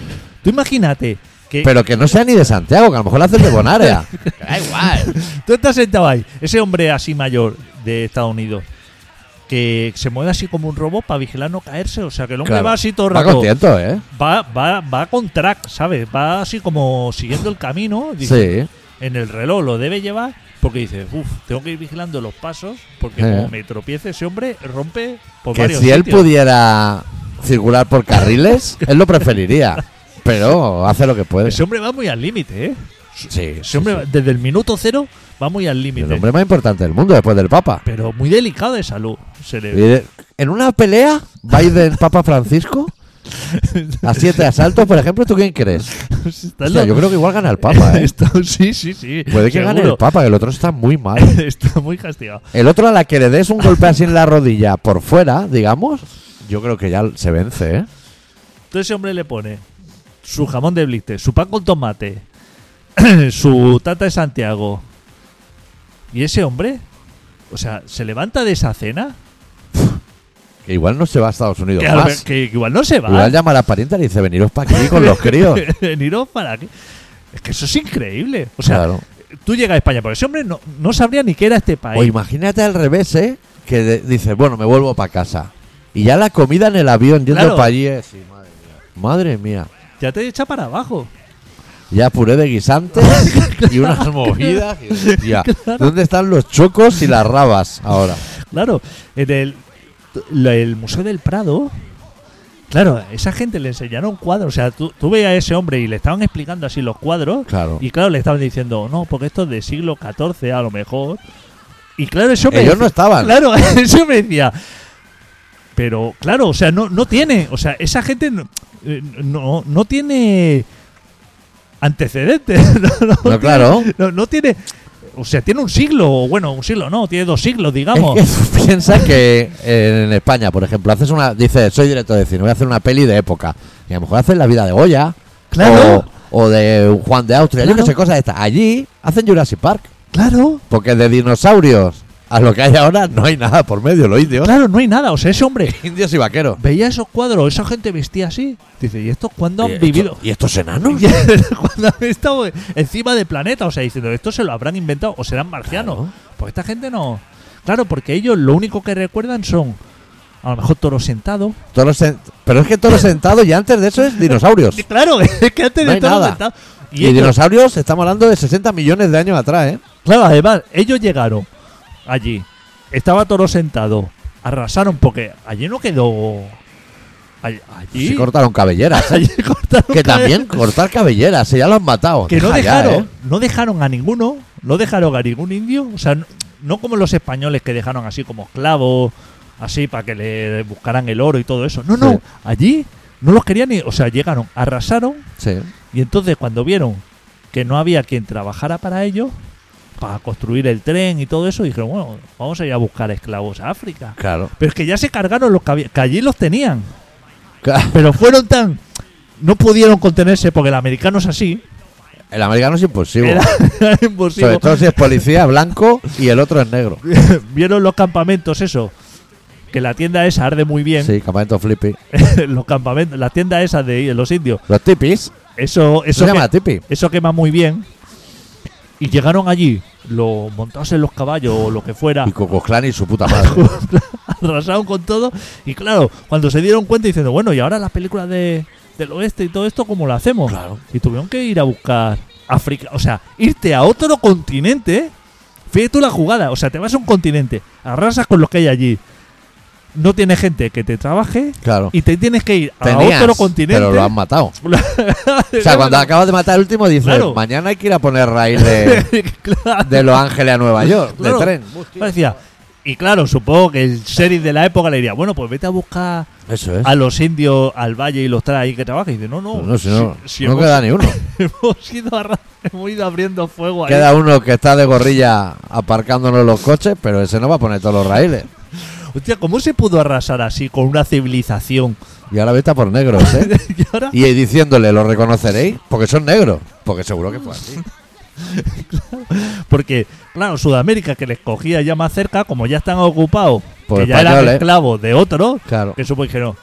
Speaker 3: Tú imagínate que
Speaker 1: Pero que no sea ni de Santiago, que a lo mejor lo hacen de
Speaker 3: (laughs)
Speaker 1: Bonaria. Que da igual.
Speaker 3: tú estás sentado ahí, ese hombre así mayor de Estados Unidos, que se mueve así como un robot para vigilar no caerse. O sea, que el hombre
Speaker 1: Claro.
Speaker 3: va así todo el
Speaker 1: Va
Speaker 3: rato.
Speaker 1: contento, ¿eh?
Speaker 3: Va, va, va con track, ¿sabes? Va así como siguiendo el camino. dice,
Speaker 1: Sí.
Speaker 3: En el reloj lo debe llevar porque dice, uff, tengo que ir vigilando los pasos porque
Speaker 1: Eh.
Speaker 3: como me tropiece ese hombre rompe por
Speaker 1: Que
Speaker 3: varios
Speaker 1: si él
Speaker 3: sitios.
Speaker 1: pudiera circular por
Speaker 3: (laughs)
Speaker 1: carriles, él lo preferiría. Pero hace lo que puede.
Speaker 3: Ese hombre va muy al límite, ¿eh?
Speaker 1: Sí,
Speaker 3: Ese
Speaker 1: sí,
Speaker 3: hombre,
Speaker 1: sí.
Speaker 3: desde el minuto cero, va muy al
Speaker 1: El
Speaker 3: límite.
Speaker 1: hombre más importante del mundo después del Papa.
Speaker 3: Pero muy delicado de salud. Se le
Speaker 1: Y de- En una pelea, Biden, Papa
Speaker 3: (laughs)
Speaker 1: Francisco, a siete asaltos, por ejemplo, ¿tú quién crees?
Speaker 3: está
Speaker 1: Hostia,
Speaker 3: en lo-
Speaker 1: yo creo que igual gana el
Speaker 3: (laughs)
Speaker 1: Papa, ¿eh?
Speaker 3: Está- sí, sí, sí.
Speaker 1: Puede que gane el
Speaker 3: seguro.
Speaker 1: Papa, que el otro está muy mal.
Speaker 3: (laughs) Está muy castigado.
Speaker 1: El otro a la que le des un golpe así en la rodilla por fuera, digamos, yo creo que ya se vence, ¿eh?
Speaker 3: Entonces ese hombre le pone su jamón de blister, su pan con tomate, (clears throat) su tata de Santiago. Y ese hombre, o sea, se levanta de esa cena,
Speaker 1: Que igual no se va a Estados Unidos
Speaker 3: que, a lo
Speaker 1: más.
Speaker 3: me- que igual no se va.
Speaker 1: Igual llama a la parienta y le dice, veniros para aquí
Speaker 3: (laughs)
Speaker 1: con los críos.
Speaker 3: Veniros para aquí. Es que eso es increíble. O sea,
Speaker 1: Claro.
Speaker 3: tú llegas a España, pero ese hombre no, no sabría ni qué era este país.
Speaker 1: O imagínate al revés, ¿eh? Que de- dices, bueno, me vuelvo para casa. Y ya la comida en el avión yendo
Speaker 3: Claro.
Speaker 1: para allí es... sí, madre mía. Madre mía.
Speaker 3: ya te echa para abajo.
Speaker 1: Ya puré de guisantes
Speaker 3: (laughs)
Speaker 1: y unas movidas. y, hostia, ¿Dónde están los chocos y las rabas ahora?
Speaker 3: Claro, en el, la- el Museo del Prado, claro, a esa gente le enseñaron cuadros. O sea, tú, tú veías a ese hombre y le estaban explicando así los cuadros.
Speaker 1: Claro.
Speaker 3: Y claro, le estaban diciendo, no, porque esto es de siglo XIV a lo mejor. Y claro, ese hombre.
Speaker 1: Ellos no
Speaker 3: decía-
Speaker 1: estaban.
Speaker 3: Claro, (laughs) ese hombre decía. Pero claro, o sea, no, no tiene. O sea, esa gente no, eh, no, no tiene antecedentes. (laughs) No, no
Speaker 1: No,
Speaker 3: (laughs)
Speaker 1: claro.
Speaker 3: no, no tiene. O sea, tiene un siglo, o bueno, un siglo no, tiene dos siglos, digamos.
Speaker 1: Es que piensa que eh, en España, por ejemplo, haces una, dice, soy director de cine, voy a hacer una peli de época. Y a lo mejor haces la vida de Goya.
Speaker 3: Claro.
Speaker 1: O, o de Juan de Austria, yo
Speaker 3: Claro.
Speaker 1: que sé, cosas de estas. Allí hacen Jurassic Park.
Speaker 3: Claro,
Speaker 1: Porque de dinosaurios a lo que hay ahora no hay nada por medio, lo indios.
Speaker 3: claro, no hay nada. O sea, ese hombre
Speaker 1: Indios y vaqueros.
Speaker 3: veía esos cuadros, esa gente vestía así. Dice, ¿y estos cuándo
Speaker 1: ¿Y
Speaker 3: han
Speaker 1: Eh, esto-
Speaker 3: vivido?
Speaker 1: ¿Y estos enanos?
Speaker 3: (laughs) Y cuando han estado encima de planeta, o sea, diciendo, esto se lo habrán inventado o serán marcianos.
Speaker 1: Claro.
Speaker 3: Pues esta gente no. Claro, porque ellos lo único que recuerdan son a lo mejor toros sentados.
Speaker 1: Toros sen- Pero es que todos sentados y antes de eso es dinosaurios.
Speaker 3: Y (laughs) Claro, es que antes
Speaker 1: Pues No
Speaker 3: de
Speaker 1: hay
Speaker 3: toros
Speaker 1: nada.
Speaker 3: sentados.
Speaker 1: Y,
Speaker 3: ellos-
Speaker 1: dinosaurios, estamos hablando de 60 millones de años atrás, ¿eh?
Speaker 3: Claro, además, ellos llegaron allí. Estaba todo sentado. Arrasaron porque allí no quedó. all- Allí.
Speaker 1: Se cortaron
Speaker 3: (laughs)
Speaker 1: cabelleras. ¿eh?
Speaker 3: allí cortaron
Speaker 1: que
Speaker 3: cabeza.
Speaker 1: también cortar cabelleras, si ya lo han matado.
Speaker 3: Que no
Speaker 1: Deja ya,
Speaker 3: dejaron,
Speaker 1: ¿eh?
Speaker 3: no dejaron a ninguno. No dejaron a ningún indio. O sea, no, no como los españoles que dejaron así como esclavos. Así para que le buscaran el oro y todo eso. No, no.
Speaker 1: Sí.
Speaker 3: Allí no los querían ni. O sea, llegaron, arrasaron.
Speaker 1: Sí.
Speaker 3: Y entonces cuando vieron que no había quien trabajara para ellos, para construir el tren y todo eso, dijeron, bueno, vamos a ir a buscar esclavos a África.
Speaker 1: Claro. (laughs)
Speaker 3: Pero es que ya se cargaron los que, había- que allí los tenían. Pero fueron tan... No pudieron contenerse porque el americano es así.
Speaker 1: El americano es imposible.
Speaker 3: Era, (laughs) era imposible.
Speaker 1: Sobre todo si es policía blanco y el otro es negro.
Speaker 3: Vieron los campamentos, eso. Que la tienda esa arde muy bien.
Speaker 1: Sí, campamento flippy.
Speaker 3: (laughs) los campamentos, la tienda esa de los indios.
Speaker 1: Los tipis.
Speaker 3: Eso,
Speaker 1: Eso
Speaker 3: eso
Speaker 1: se
Speaker 3: que-
Speaker 1: llama tipi.
Speaker 3: Eso quema muy bien. Y llegaron allí, los montados en los caballos o lo que fuera,
Speaker 1: Y Cocosclan y su
Speaker 3: Ah.
Speaker 1: puta
Speaker 3: (laughs)
Speaker 1: madre.
Speaker 3: arrasaron con todo. Y claro, cuando se dieron cuenta diciendo, bueno, y ahora las películas de, del oeste y todo esto, ¿cómo lo hacemos?
Speaker 1: Claro.
Speaker 3: Y tuvieron que ir a buscar África. O sea, irte a otro continente. ¿eh? Fíjate tú la jugada. O sea, te vas a un continente, arrasas con los que hay allí. No tiene gente que te trabaje
Speaker 1: Claro.
Speaker 3: y te tienes que ir a
Speaker 1: Tenías,
Speaker 3: otro continente.
Speaker 1: Pero lo han
Speaker 3: (laughs)
Speaker 1: matado. O sea, cuando acabas de matar al último dices,
Speaker 3: Claro.
Speaker 1: mañana hay que ir a poner raíz
Speaker 3: (laughs)
Speaker 1: de,
Speaker 3: Claro.
Speaker 1: de Los Ángeles a Nueva York,
Speaker 3: Claro.
Speaker 1: de tren.
Speaker 3: Parecía. Y claro, supongo que el sheriff de la época le diría, bueno, pues vete a buscar
Speaker 1: Eso es.
Speaker 3: a los indios al valle y los trae ahí que trabajen. Y dice, no, no,
Speaker 1: ¿Eh? Pues No, si no,
Speaker 3: si- si
Speaker 1: no
Speaker 3: hemos,
Speaker 1: queda ni uno.
Speaker 3: (laughs) hemos ido arra- hemos ido abriendo fuego ahí.
Speaker 1: Queda uno que está de gorrilla aparcándonos los coches, pero ese no va a poner todos los raíles.
Speaker 3: Hostia, ¿cómo se pudo arrasar así con una civilización?
Speaker 1: Y ahora vete a por negros, (laughs) ¿eh?
Speaker 3: (laughs) y ahora,
Speaker 1: Y diciéndole, ¿lo reconoceréis? Porque son negros. Porque seguro que fue así.
Speaker 3: porque, claro, Sudamérica que les cogía ya más cerca, como ya están ocupados
Speaker 1: Pues
Speaker 3: que ya
Speaker 1: español,
Speaker 3: eran
Speaker 1: ¿eh?
Speaker 3: esclavos de otro,
Speaker 1: Claro.
Speaker 3: que supo dijeron,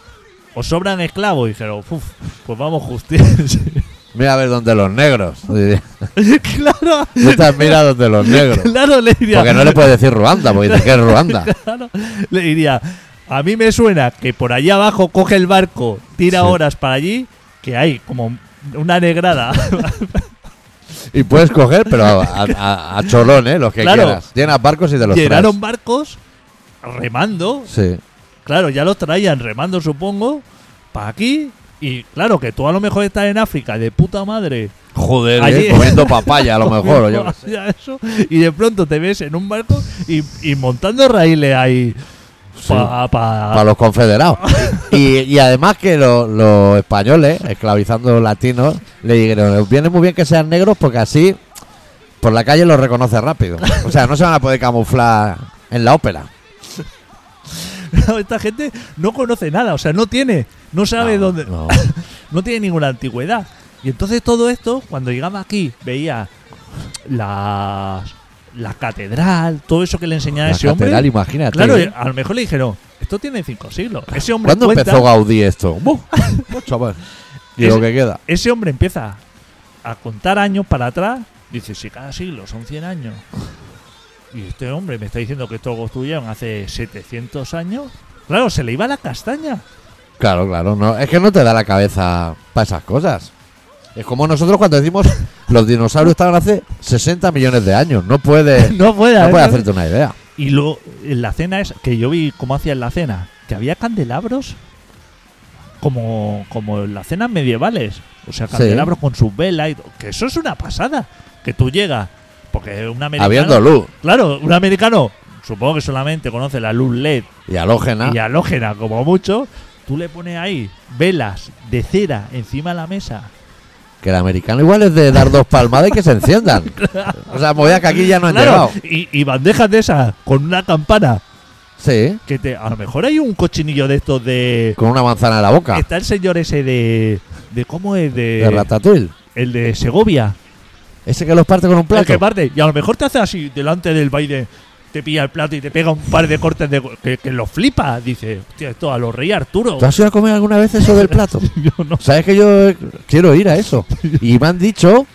Speaker 3: os sobran esclavos, y dijeron, "Uf, pues vamos justicia. (laughs)
Speaker 1: Mira a ver dónde los negros. No
Speaker 3: claro,
Speaker 1: te mira dónde los negros. (laughs)
Speaker 3: claro, le diría,
Speaker 1: Porque no le puedes decir Ruanda, porque dice que es Ruanda.
Speaker 3: claro, le diría, a mí me suena que por allá abajo coge el barco, tira
Speaker 1: Sí.
Speaker 3: horas para allí, que hay como una negrada.
Speaker 1: Y puedes coger, pero a, a- a cholón, ¿eh? Los que
Speaker 3: Claro.
Speaker 1: quieras. Llenas barcos y
Speaker 3: (laughs)
Speaker 1: de (laughs) los
Speaker 3: Llenaron barcos remando,
Speaker 1: Sí.
Speaker 3: claro, ya los traían remando, supongo, para aquí. Y claro, que tú a lo mejor estás en África de puta madre.
Speaker 1: Joder,
Speaker 3: Allí- (laughs)
Speaker 1: ¿eh? comiendo papaya a lo mejor. o yo qué sé.
Speaker 3: Ya eso, y de pronto te ves en un barco y, y montando raíles ahí. Pa, pa-
Speaker 1: Ah.
Speaker 3: (laughs)
Speaker 1: para los confederados. Y, y además que lo- los españoles, esclavizando latinos, le dijeron, viene muy bien que sean negros porque así por la calle los reconoce rápido. O sea, no se van a poder camuflar en la ópera.
Speaker 3: Esta gente no conoce nada, o sea, no tiene, no sabe
Speaker 1: No,
Speaker 3: dónde, (laughs)
Speaker 1: no.
Speaker 3: no tiene ninguna antigüedad. Y entonces todo esto, cuando llegaba aquí, veía la, la catedral, todo eso que le enseñaba
Speaker 1: La
Speaker 3: ese hombre.
Speaker 1: catedral, imagínate.
Speaker 3: Claro,
Speaker 1: ¿eh?
Speaker 3: a lo mejor le dijeron, esto tiene cinco siglos. Ese hombre
Speaker 1: ¿Cuándo
Speaker 3: cuenta-
Speaker 1: empezó Gaudí
Speaker 3: (laughs)
Speaker 1: esto? Buh, buh, chaval. Y
Speaker 3: Es-
Speaker 1: lo que queda.
Speaker 3: Ese hombre empieza a contar años para atrás. Dice, si cada siglo son 100 años. Y este hombre me está diciendo que esto lo construyeron hace 700 años. Claro, se le iba la castaña.
Speaker 1: Claro, claro. No, es que no te da la cabeza para esas cosas. Es como nosotros cuando decimos los dinosaurios estaban hace 60 millones de años. No
Speaker 3: (laughs)
Speaker 1: puedes,
Speaker 3: No puede
Speaker 1: Eh, no
Speaker 3: haber-
Speaker 1: puedes hacerte una idea.
Speaker 3: Y luego, en la cena es que yo vi cómo hacían la cena. Que había candelabros como, como en las cenas medievales. O sea,
Speaker 1: Sí.
Speaker 3: candelabros con sus velas. y to- que eso es una pasada. Que tú llegas. Porque un americano.
Speaker 1: Habiendo luz.
Speaker 3: Claro, un americano. Supongo que solamente conoce la luz LED
Speaker 1: Y halógena.
Speaker 3: y halógena como mucho, tú le pones ahí velas de cera encima de la mesa.
Speaker 1: Que el americano igual es de dar dos palmadas y que se
Speaker 3: (laughs)
Speaker 1: enciendan. O sea, movida que aquí ya no han
Speaker 3: Claro,
Speaker 1: llegado.
Speaker 3: y, y bandejas de esas con una campana.
Speaker 1: Sí,
Speaker 3: Que te, a lo mejor hay un cochinillo de estos de.
Speaker 1: con una manzana en la boca.
Speaker 3: Está el señor ese de. de ¿Cómo es? De,
Speaker 1: Ah. De Ratatouille.
Speaker 3: el de Segovia.
Speaker 1: Ese que los parte con un
Speaker 3: El
Speaker 1: plato.
Speaker 3: que parte. Y a lo mejor te hace así delante del baile. Te pilla el plato y te pega un par de cortes de, que, que lo flipa. Dice, hostia, esto a los rey Arturo.
Speaker 1: ¿Tú has ido a comer alguna vez eso del plato?
Speaker 3: (laughs) Yo no.
Speaker 1: Sabes que yo quiero ir a eso. Y me han dicho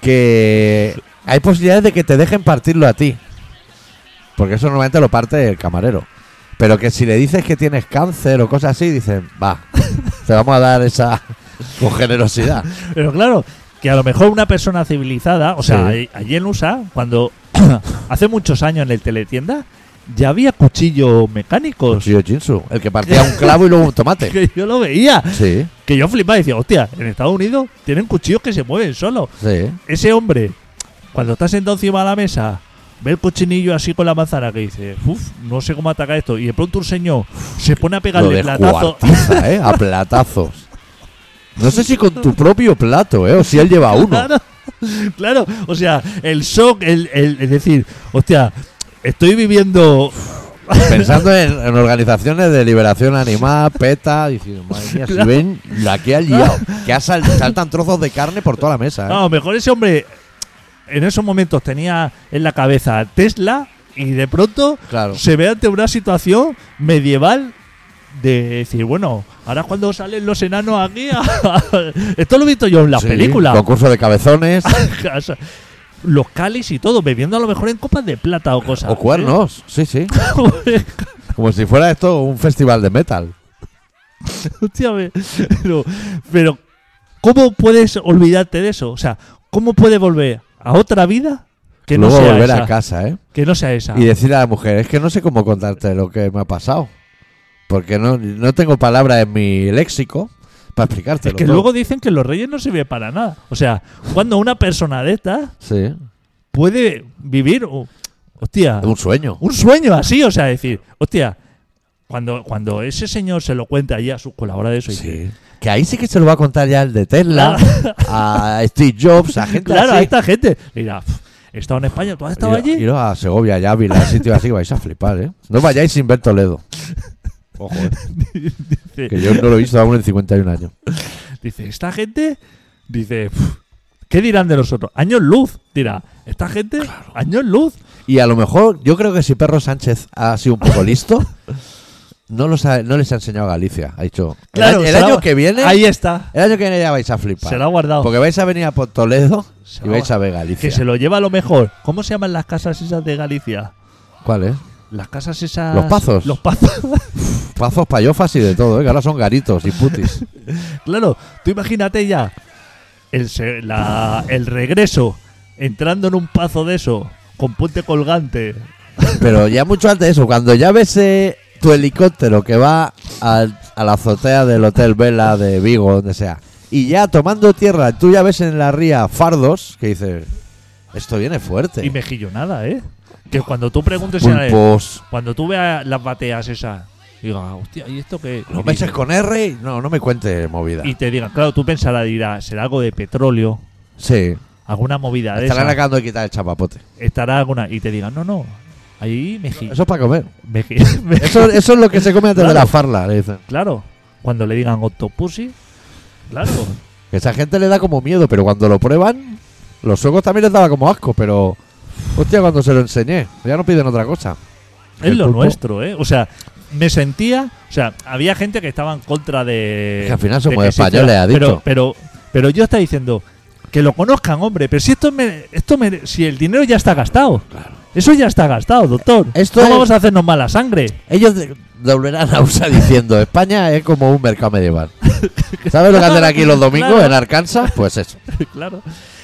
Speaker 1: que hay posibilidades de que te dejen partirlo a ti. Porque eso normalmente lo parte el camarero. Pero que si le dices que tienes cáncer o cosas así, dicen, va, te vamos a dar esa (laughs) con generosidad.
Speaker 3: Pero claro, que a lo mejor una persona civilizada, o sea,
Speaker 1: Sí.
Speaker 3: a- allí en USA, cuando (coughs) hace muchos años en el teletienda, ya había cuchillo mecánicos.
Speaker 1: Cuchillo Jinsu, el que partía un clavo y luego un tomate.
Speaker 3: (laughs) Que yo lo veía,
Speaker 1: Sí,
Speaker 3: que yo flipaba y decía, hostia, en Estados Unidos tienen cuchillos que se mueven solo.
Speaker 1: sí.
Speaker 3: Ese hombre, cuando está sentado encima de la mesa, ve el cochinillo así con la manzana que dice, uff, no sé cómo atacar esto. Y de pronto un señor se pone a
Speaker 1: Lo
Speaker 3: pegarle platazo.
Speaker 1: descuartiza, ¿eh? A platazos. No sé si con tu propio plato, ¿eh? O si él
Speaker 3: (laughs)
Speaker 1: lleva uno.
Speaker 3: Claro, claro. O sea, el shock, el, el- es decir, hostia, estoy viviendo.
Speaker 1: Pensando en, en organizaciones de liberación animal, PETA, diciendo, madre mía, si
Speaker 3: Claro.
Speaker 1: ven la que ha liado, que ha sal- saltan trozos de carne por toda la mesa. ¿eh?
Speaker 3: A lo mejor ese hombre en esos momentos tenía en la cabeza Tesla y de pronto
Speaker 1: Claro.
Speaker 3: se ve ante una situación medieval de decir, bueno, ahora es cuando salen los enanos aquí. (laughs) Esto lo he visto yo en las
Speaker 1: Sí,
Speaker 3: películas.
Speaker 1: Concurso de cabezones
Speaker 3: (laughs) O sea, Los cáliz y todo, bebiendo a lo mejor en copas de plata o cosas. ¿eh?
Speaker 1: o cuernos. Sí, sí. Como si fuera esto un festival de metal.
Speaker 3: (laughs) Hostia, me- pero, pero, ¿cómo puedes olvidarte de eso? O sea, ¿cómo puedes volver a otra vida que no
Speaker 1: Luego
Speaker 3: sea
Speaker 1: volver
Speaker 3: esa? Ah.
Speaker 1: a casa, ¿eh?
Speaker 3: Que no sea esa.
Speaker 1: Y decirle a la mujer, es que no sé cómo contarte lo que me ha pasado. Porque no, no tengo palabras en mi léxico para explicártelo.
Speaker 3: es que
Speaker 1: todo.
Speaker 3: luego dicen que los reyes no sirven para nada. O sea, cuando una persona de estas
Speaker 1: Sí,
Speaker 3: puede vivir, oh, hostia,
Speaker 1: un sueño.
Speaker 3: un sueño así, o sea, decir, hostia, cuando, cuando ese señor se lo cuenta allí a sus colaboradores, eso dice,
Speaker 1: Sí. Que ahí sí que se lo va a contar ya el de
Speaker 3: (laughs)
Speaker 1: Tesla, a Steve Jobs, a gente
Speaker 3: claro, a
Speaker 1: así.
Speaker 3: esta gente, mira, pf, he estado en España, tú has estado
Speaker 1: Ir-
Speaker 3: allí,
Speaker 1: iros a Segovia, ya (laughs) Ávila, sitios así que vais a flipar, ¿eh? No vayáis sin ver Toledo. Ojo, eh,
Speaker 3: Dice,
Speaker 1: que yo no lo he visto aún en 51 años.
Speaker 3: Dice, esta gente, dice, "Pf, ¿qué dirán de nosotros? Años luz, dirá. Esta gente, años luz.
Speaker 1: Y a lo mejor, yo creo que si Perro Sánchez ha sido un poco listo, no, los ha- no les ha enseñado a Galicia. Ha dicho, el
Speaker 3: Claro,
Speaker 1: año- el,
Speaker 3: se la-
Speaker 1: año que viene,
Speaker 3: Ahí está.
Speaker 1: el año que viene ya vais a flipar.
Speaker 3: Se la ha guardado.
Speaker 1: Porque vais a venir a por Toledo
Speaker 3: Se
Speaker 1: y
Speaker 3: la-
Speaker 1: vais a ver
Speaker 3: Que
Speaker 1: Galicia.
Speaker 3: se lo lleva a lo mejor. ¿Cómo se llaman las casas esas de Galicia?
Speaker 1: ¿Cuál eh? es?
Speaker 3: Las casas esas.
Speaker 1: Los pazos.
Speaker 3: Los pazos. (laughs)
Speaker 1: Pazos, payofas y de todo, ¿eh? que ahora son garitos y putis.
Speaker 3: claro, tú imagínate ya el, se- la- el regreso entrando en un pazo de eso con puente colgante.
Speaker 1: Pero ya mucho antes de eso, cuando ya ves eh, tu helicóptero que va al- a la azotea del Hotel Vela de Vigo, donde sea, y ya tomando tierra, tú ya ves en la ría fardos, que dices, esto viene fuerte.
Speaker 3: Y mejillonada, ¿eh? Que cuando tú preguntes a él,
Speaker 1: Pulpos.
Speaker 3: cuando tú veas las bateas esas, diga, hostia, ¿y esto qué?
Speaker 1: ¿Los
Speaker 3: Y-
Speaker 1: meses con R? No, no me cuente movida.
Speaker 3: Y te digan, claro, tú pensarás, dirás, será algo de petróleo,
Speaker 1: Sí.
Speaker 3: alguna movida de
Speaker 1: Estarán
Speaker 3: esa.
Speaker 1: acabando de quitar el chapapote.
Speaker 3: Estará alguna. Y te digan, no, no, ahí meji- (laughs)
Speaker 1: Eso es para comer.
Speaker 3: meji- meji-
Speaker 1: Eso, eso es lo que se come antes de la
Speaker 3: Claro.
Speaker 1: farla, le dicen.
Speaker 3: Claro, cuando le digan octopussy, claro,
Speaker 1: Que esa gente le da como miedo, pero cuando lo prueban, los suecos también les daba como asco, pero. Hostia, cuando se lo enseñé, ya no piden otra cosa.
Speaker 3: es
Speaker 1: El
Speaker 3: lo
Speaker 1: pulpo.
Speaker 3: nuestro, ¿eh? O sea, me sentía, o sea, había gente que estaba en contra de.
Speaker 1: Es que al final
Speaker 3: de
Speaker 1: somos
Speaker 3: que se hiciera.
Speaker 1: españoles, ha dicho.
Speaker 3: Pero, pero, pero yo estaba diciendo, que lo conozcan, hombre, pero si esto me, esto me- si el dinero ya está gastado. Eso ya está gastado, doctor.
Speaker 1: Esto
Speaker 3: no
Speaker 1: es-
Speaker 3: vamos a hacernos mala sangre.
Speaker 1: (laughs) Ellos de- doblarán a USA diciendo: España es como un mercado
Speaker 3: (laughs)
Speaker 1: medieval. ¿Sabes lo que hacen aquí los domingos
Speaker 3: Claro.
Speaker 1: en Arkansas? Pues eso,
Speaker 3: claro.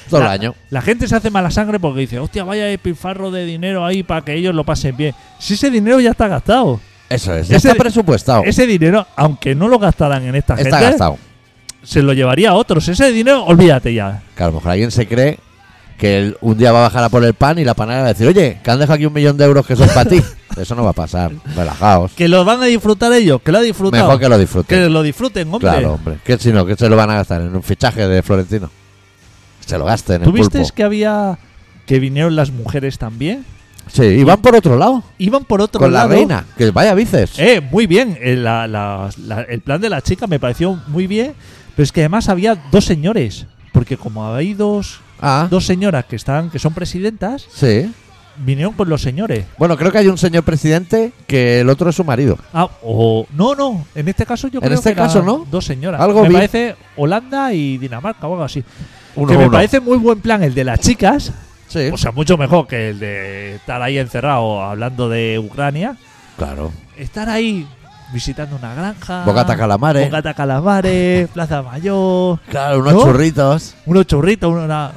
Speaker 1: todo el
Speaker 3: La-
Speaker 1: año.
Speaker 3: La gente se hace mala sangre porque dice, hostia, vaya despilfarro de dinero ahí para que ellos lo pasen bien. Si ese dinero ya está gastado.
Speaker 1: Eso es, ya
Speaker 3: Ese-
Speaker 1: está presupuestado.
Speaker 3: Ese dinero, aunque no lo gastaran en esta
Speaker 1: Ah. Está
Speaker 3: gente,
Speaker 1: gastado.
Speaker 3: se lo llevaría a otros. Ese dinero, olvídate ya.
Speaker 1: Que a lo mejor alguien se cree que él un día va a bajar a por el pan y la panera va a decir: Oye, que han dejado aquí un millón de euros que son
Speaker 3: (laughs)
Speaker 1: para ti. Eso no va a pasar. Relajaos.
Speaker 3: Que lo van a disfrutar ellos, que lo han disfrutado.
Speaker 1: Mejor que lo disfruten.
Speaker 3: Que lo disfruten, hombre.
Speaker 1: Claro, hombre. Que si no, que se lo van a gastar en un fichaje de Florentino. Se lo gasten en
Speaker 3: ¿Tú viste
Speaker 1: pulpo.
Speaker 3: que había que vinieron las mujeres también?
Speaker 1: Sí, y van por otro lado.
Speaker 3: Iban por otro
Speaker 1: con
Speaker 3: lado.
Speaker 1: la reina. Que vaya bices.
Speaker 3: Eh, muy bien. eh, la- la- la- el plan de la chica me pareció muy bien. Pero es que además había dos señores. Porque como hay dos,
Speaker 1: Ah,
Speaker 3: dos señoras que están, que son presidentas,
Speaker 1: sí.
Speaker 3: vinieron con los señores.
Speaker 1: Bueno, creo que hay un señor presidente que el otro es su marido.
Speaker 3: Ah, o no, no. En este caso yo
Speaker 1: En
Speaker 3: creo
Speaker 1: este
Speaker 3: que eran
Speaker 1: caso, ¿no?
Speaker 3: dos señoras.
Speaker 1: Algo
Speaker 3: me
Speaker 1: vi.
Speaker 3: parece Holanda y Dinamarca o algo así.
Speaker 1: Uno,
Speaker 3: que me
Speaker 1: uno.
Speaker 3: parece muy buen plan el de las chicas.
Speaker 1: Sí.
Speaker 3: O sea, mucho mejor que el de estar ahí encerrado hablando de Ucrania.
Speaker 1: claro.
Speaker 3: Estar ahí visitando una granja.
Speaker 1: Ah. Bocata calamares.
Speaker 3: Bocata
Speaker 1: (laughs)
Speaker 3: calamares, Plaza Mayor,
Speaker 1: Claro, unos
Speaker 3: ¿No?
Speaker 1: churritos.
Speaker 3: unos churritos, una...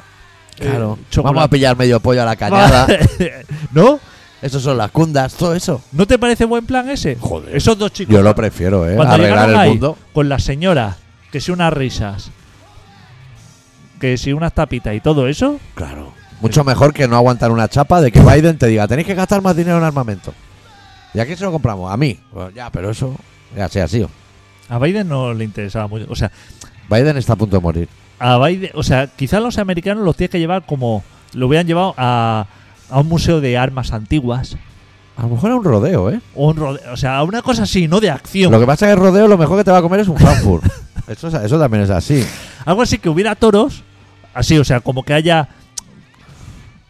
Speaker 3: eh,
Speaker 1: Claro. Vamos a
Speaker 3: chocolate.
Speaker 1: pillar medio pollo a la
Speaker 3: (laughs)
Speaker 1: cañada. (laughs)
Speaker 3: ¿No?
Speaker 1: Esos son las cundas, todo eso.
Speaker 3: ¿No te parece buen plan ese?
Speaker 1: Joder.
Speaker 3: Esos dos chicos.
Speaker 1: Yo lo prefiero, ¿eh?
Speaker 3: Cuando
Speaker 1: Arreglar
Speaker 3: llegaron
Speaker 1: el
Speaker 3: ahí
Speaker 1: mundo.
Speaker 3: con las señoras, que si unas risas, que si unas tapitas y todo eso,
Speaker 1: Claro. Mucho mejor que no aguantar una chapa de que Biden te diga, tenéis que gastar más dinero en armamento. ¿Y a quién se lo compramos? A mí. Bueno, ya, pero eso ya se ha sido.
Speaker 3: a Biden no le interesaba mucho. O sea,
Speaker 1: Biden está a punto de morir.
Speaker 3: a Biden, o sea, quizás los americanos los tienes que llevar como lo hubieran llevado a, a un museo de armas antiguas.
Speaker 1: A lo mejor a un rodeo, ¿eh?
Speaker 3: O, un rode- o sea, una cosa así, no de acción.
Speaker 1: Lo que pasa es que el rodeo lo mejor que te va a comer es un (laughs) Frankfurt. eso, es- eso también es así.
Speaker 3: Algo así que hubiera toros, así, o sea, como que haya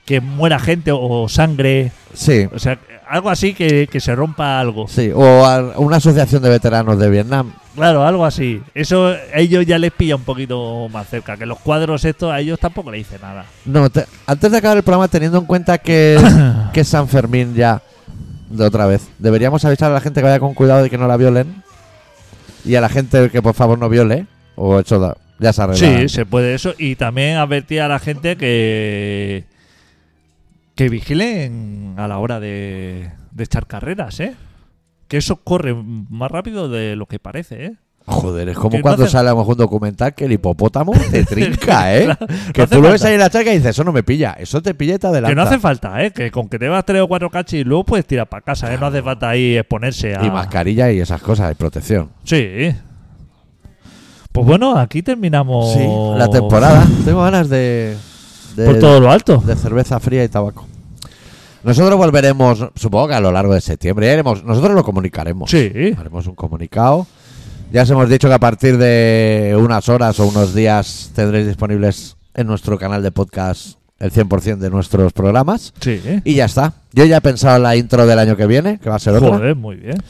Speaker 3: que muera gente o sangre,
Speaker 1: Sí.
Speaker 3: o sea, algo así que, que se rompa algo.
Speaker 1: Sí. O a una asociación de veteranos de Vietnam.
Speaker 3: Claro, algo así. Eso a ellos ya les pilla un poquito más cerca. Que los cuadros estos a ellos tampoco le dice nada.
Speaker 1: No, te- antes de acabar el programa, teniendo en cuenta
Speaker 3: (coughs)
Speaker 1: que, que es San Fermín ya de otra vez, deberíamos avisar a la gente que vaya con cuidado de que no la violen. Y a la gente que por favor no viole. O eso da- ya se arregla.
Speaker 3: Sí, se puede eso. Y también advertir a la gente que que vigilen a la hora de, de echar carreras, ¿eh? Que eso corre más rápido de lo que parece, ¿eh?
Speaker 1: Joder, es
Speaker 3: Que
Speaker 1: como
Speaker 3: no
Speaker 1: cuando
Speaker 3: hace-
Speaker 1: sale a lo mejor un documental que el hipopótamo
Speaker 3: (laughs)
Speaker 1: te trinca, ¿eh?
Speaker 3: Claro,
Speaker 1: que
Speaker 3: no hace
Speaker 1: tú lo ves
Speaker 3: falta.
Speaker 1: ahí en la charca y dices, eso no me pilla, eso te pilla y te adelanta.
Speaker 3: Que no hace falta, ¿eh? Que con que te vas tres o cuatro cachis y luego puedes tirar para casa, ¿eh? No hace falta ahí exponerse a...
Speaker 1: Y mascarilla y esas cosas, y protección.
Speaker 3: Sí. Pues bueno, aquí terminamos...
Speaker 1: Sí, la temporada. Tengo ganas de, de,
Speaker 3: Oh. Por todo lo alto.
Speaker 1: de cerveza fría y tabaco. Nosotros volveremos, supongo que a lo largo de septiembre, ya iremos- nosotros lo comunicaremos.
Speaker 3: Sí.
Speaker 1: Haremos un comunicado. Ya os hemos dicho que a partir de unas horas o unos días tendréis disponibles en nuestro canal de podcast el 100% de nuestros programas.
Speaker 3: Sí, ¿eh?
Speaker 1: Y ya está. Yo ya he pensado en la intro del año que viene, que va a ser otra.
Speaker 3: Joder, muy bien.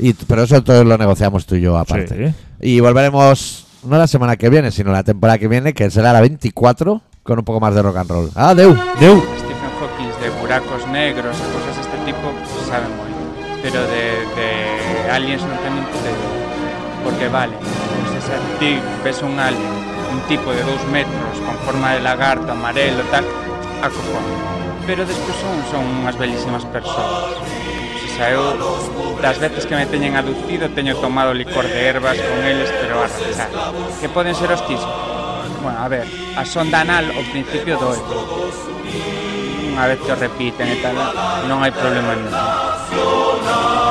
Speaker 1: Y, pero eso entonces lo negociamos tú y yo aparte.
Speaker 3: Sí.
Speaker 1: Y volveremos no la semana que viene, sino la temporada que viene, que será la 24, con un poco más de rock and roll. ¡Adeu!
Speaker 3: Deu.
Speaker 4: Stephen Hawking de buracos negros y cosas de este tipo pues, sabe muy bien. Pero de, de aliens no tengo ni puta idea. Porque vale, pues ese ti ves un alien, un tipo de dos metros con forma de lagarto, amarelo, tal, acojón. Pero despois son, son unhas belísimas persoas. Pois esa eu, das veces que me teñen aducido, teño tomado licor de ervas con eles, pero a rachar. Que poden ser hostis? Bueno, a ver, a sonda anal ao principio doe, ano? unha vez que o repiten e tal, non hai problema nenhum.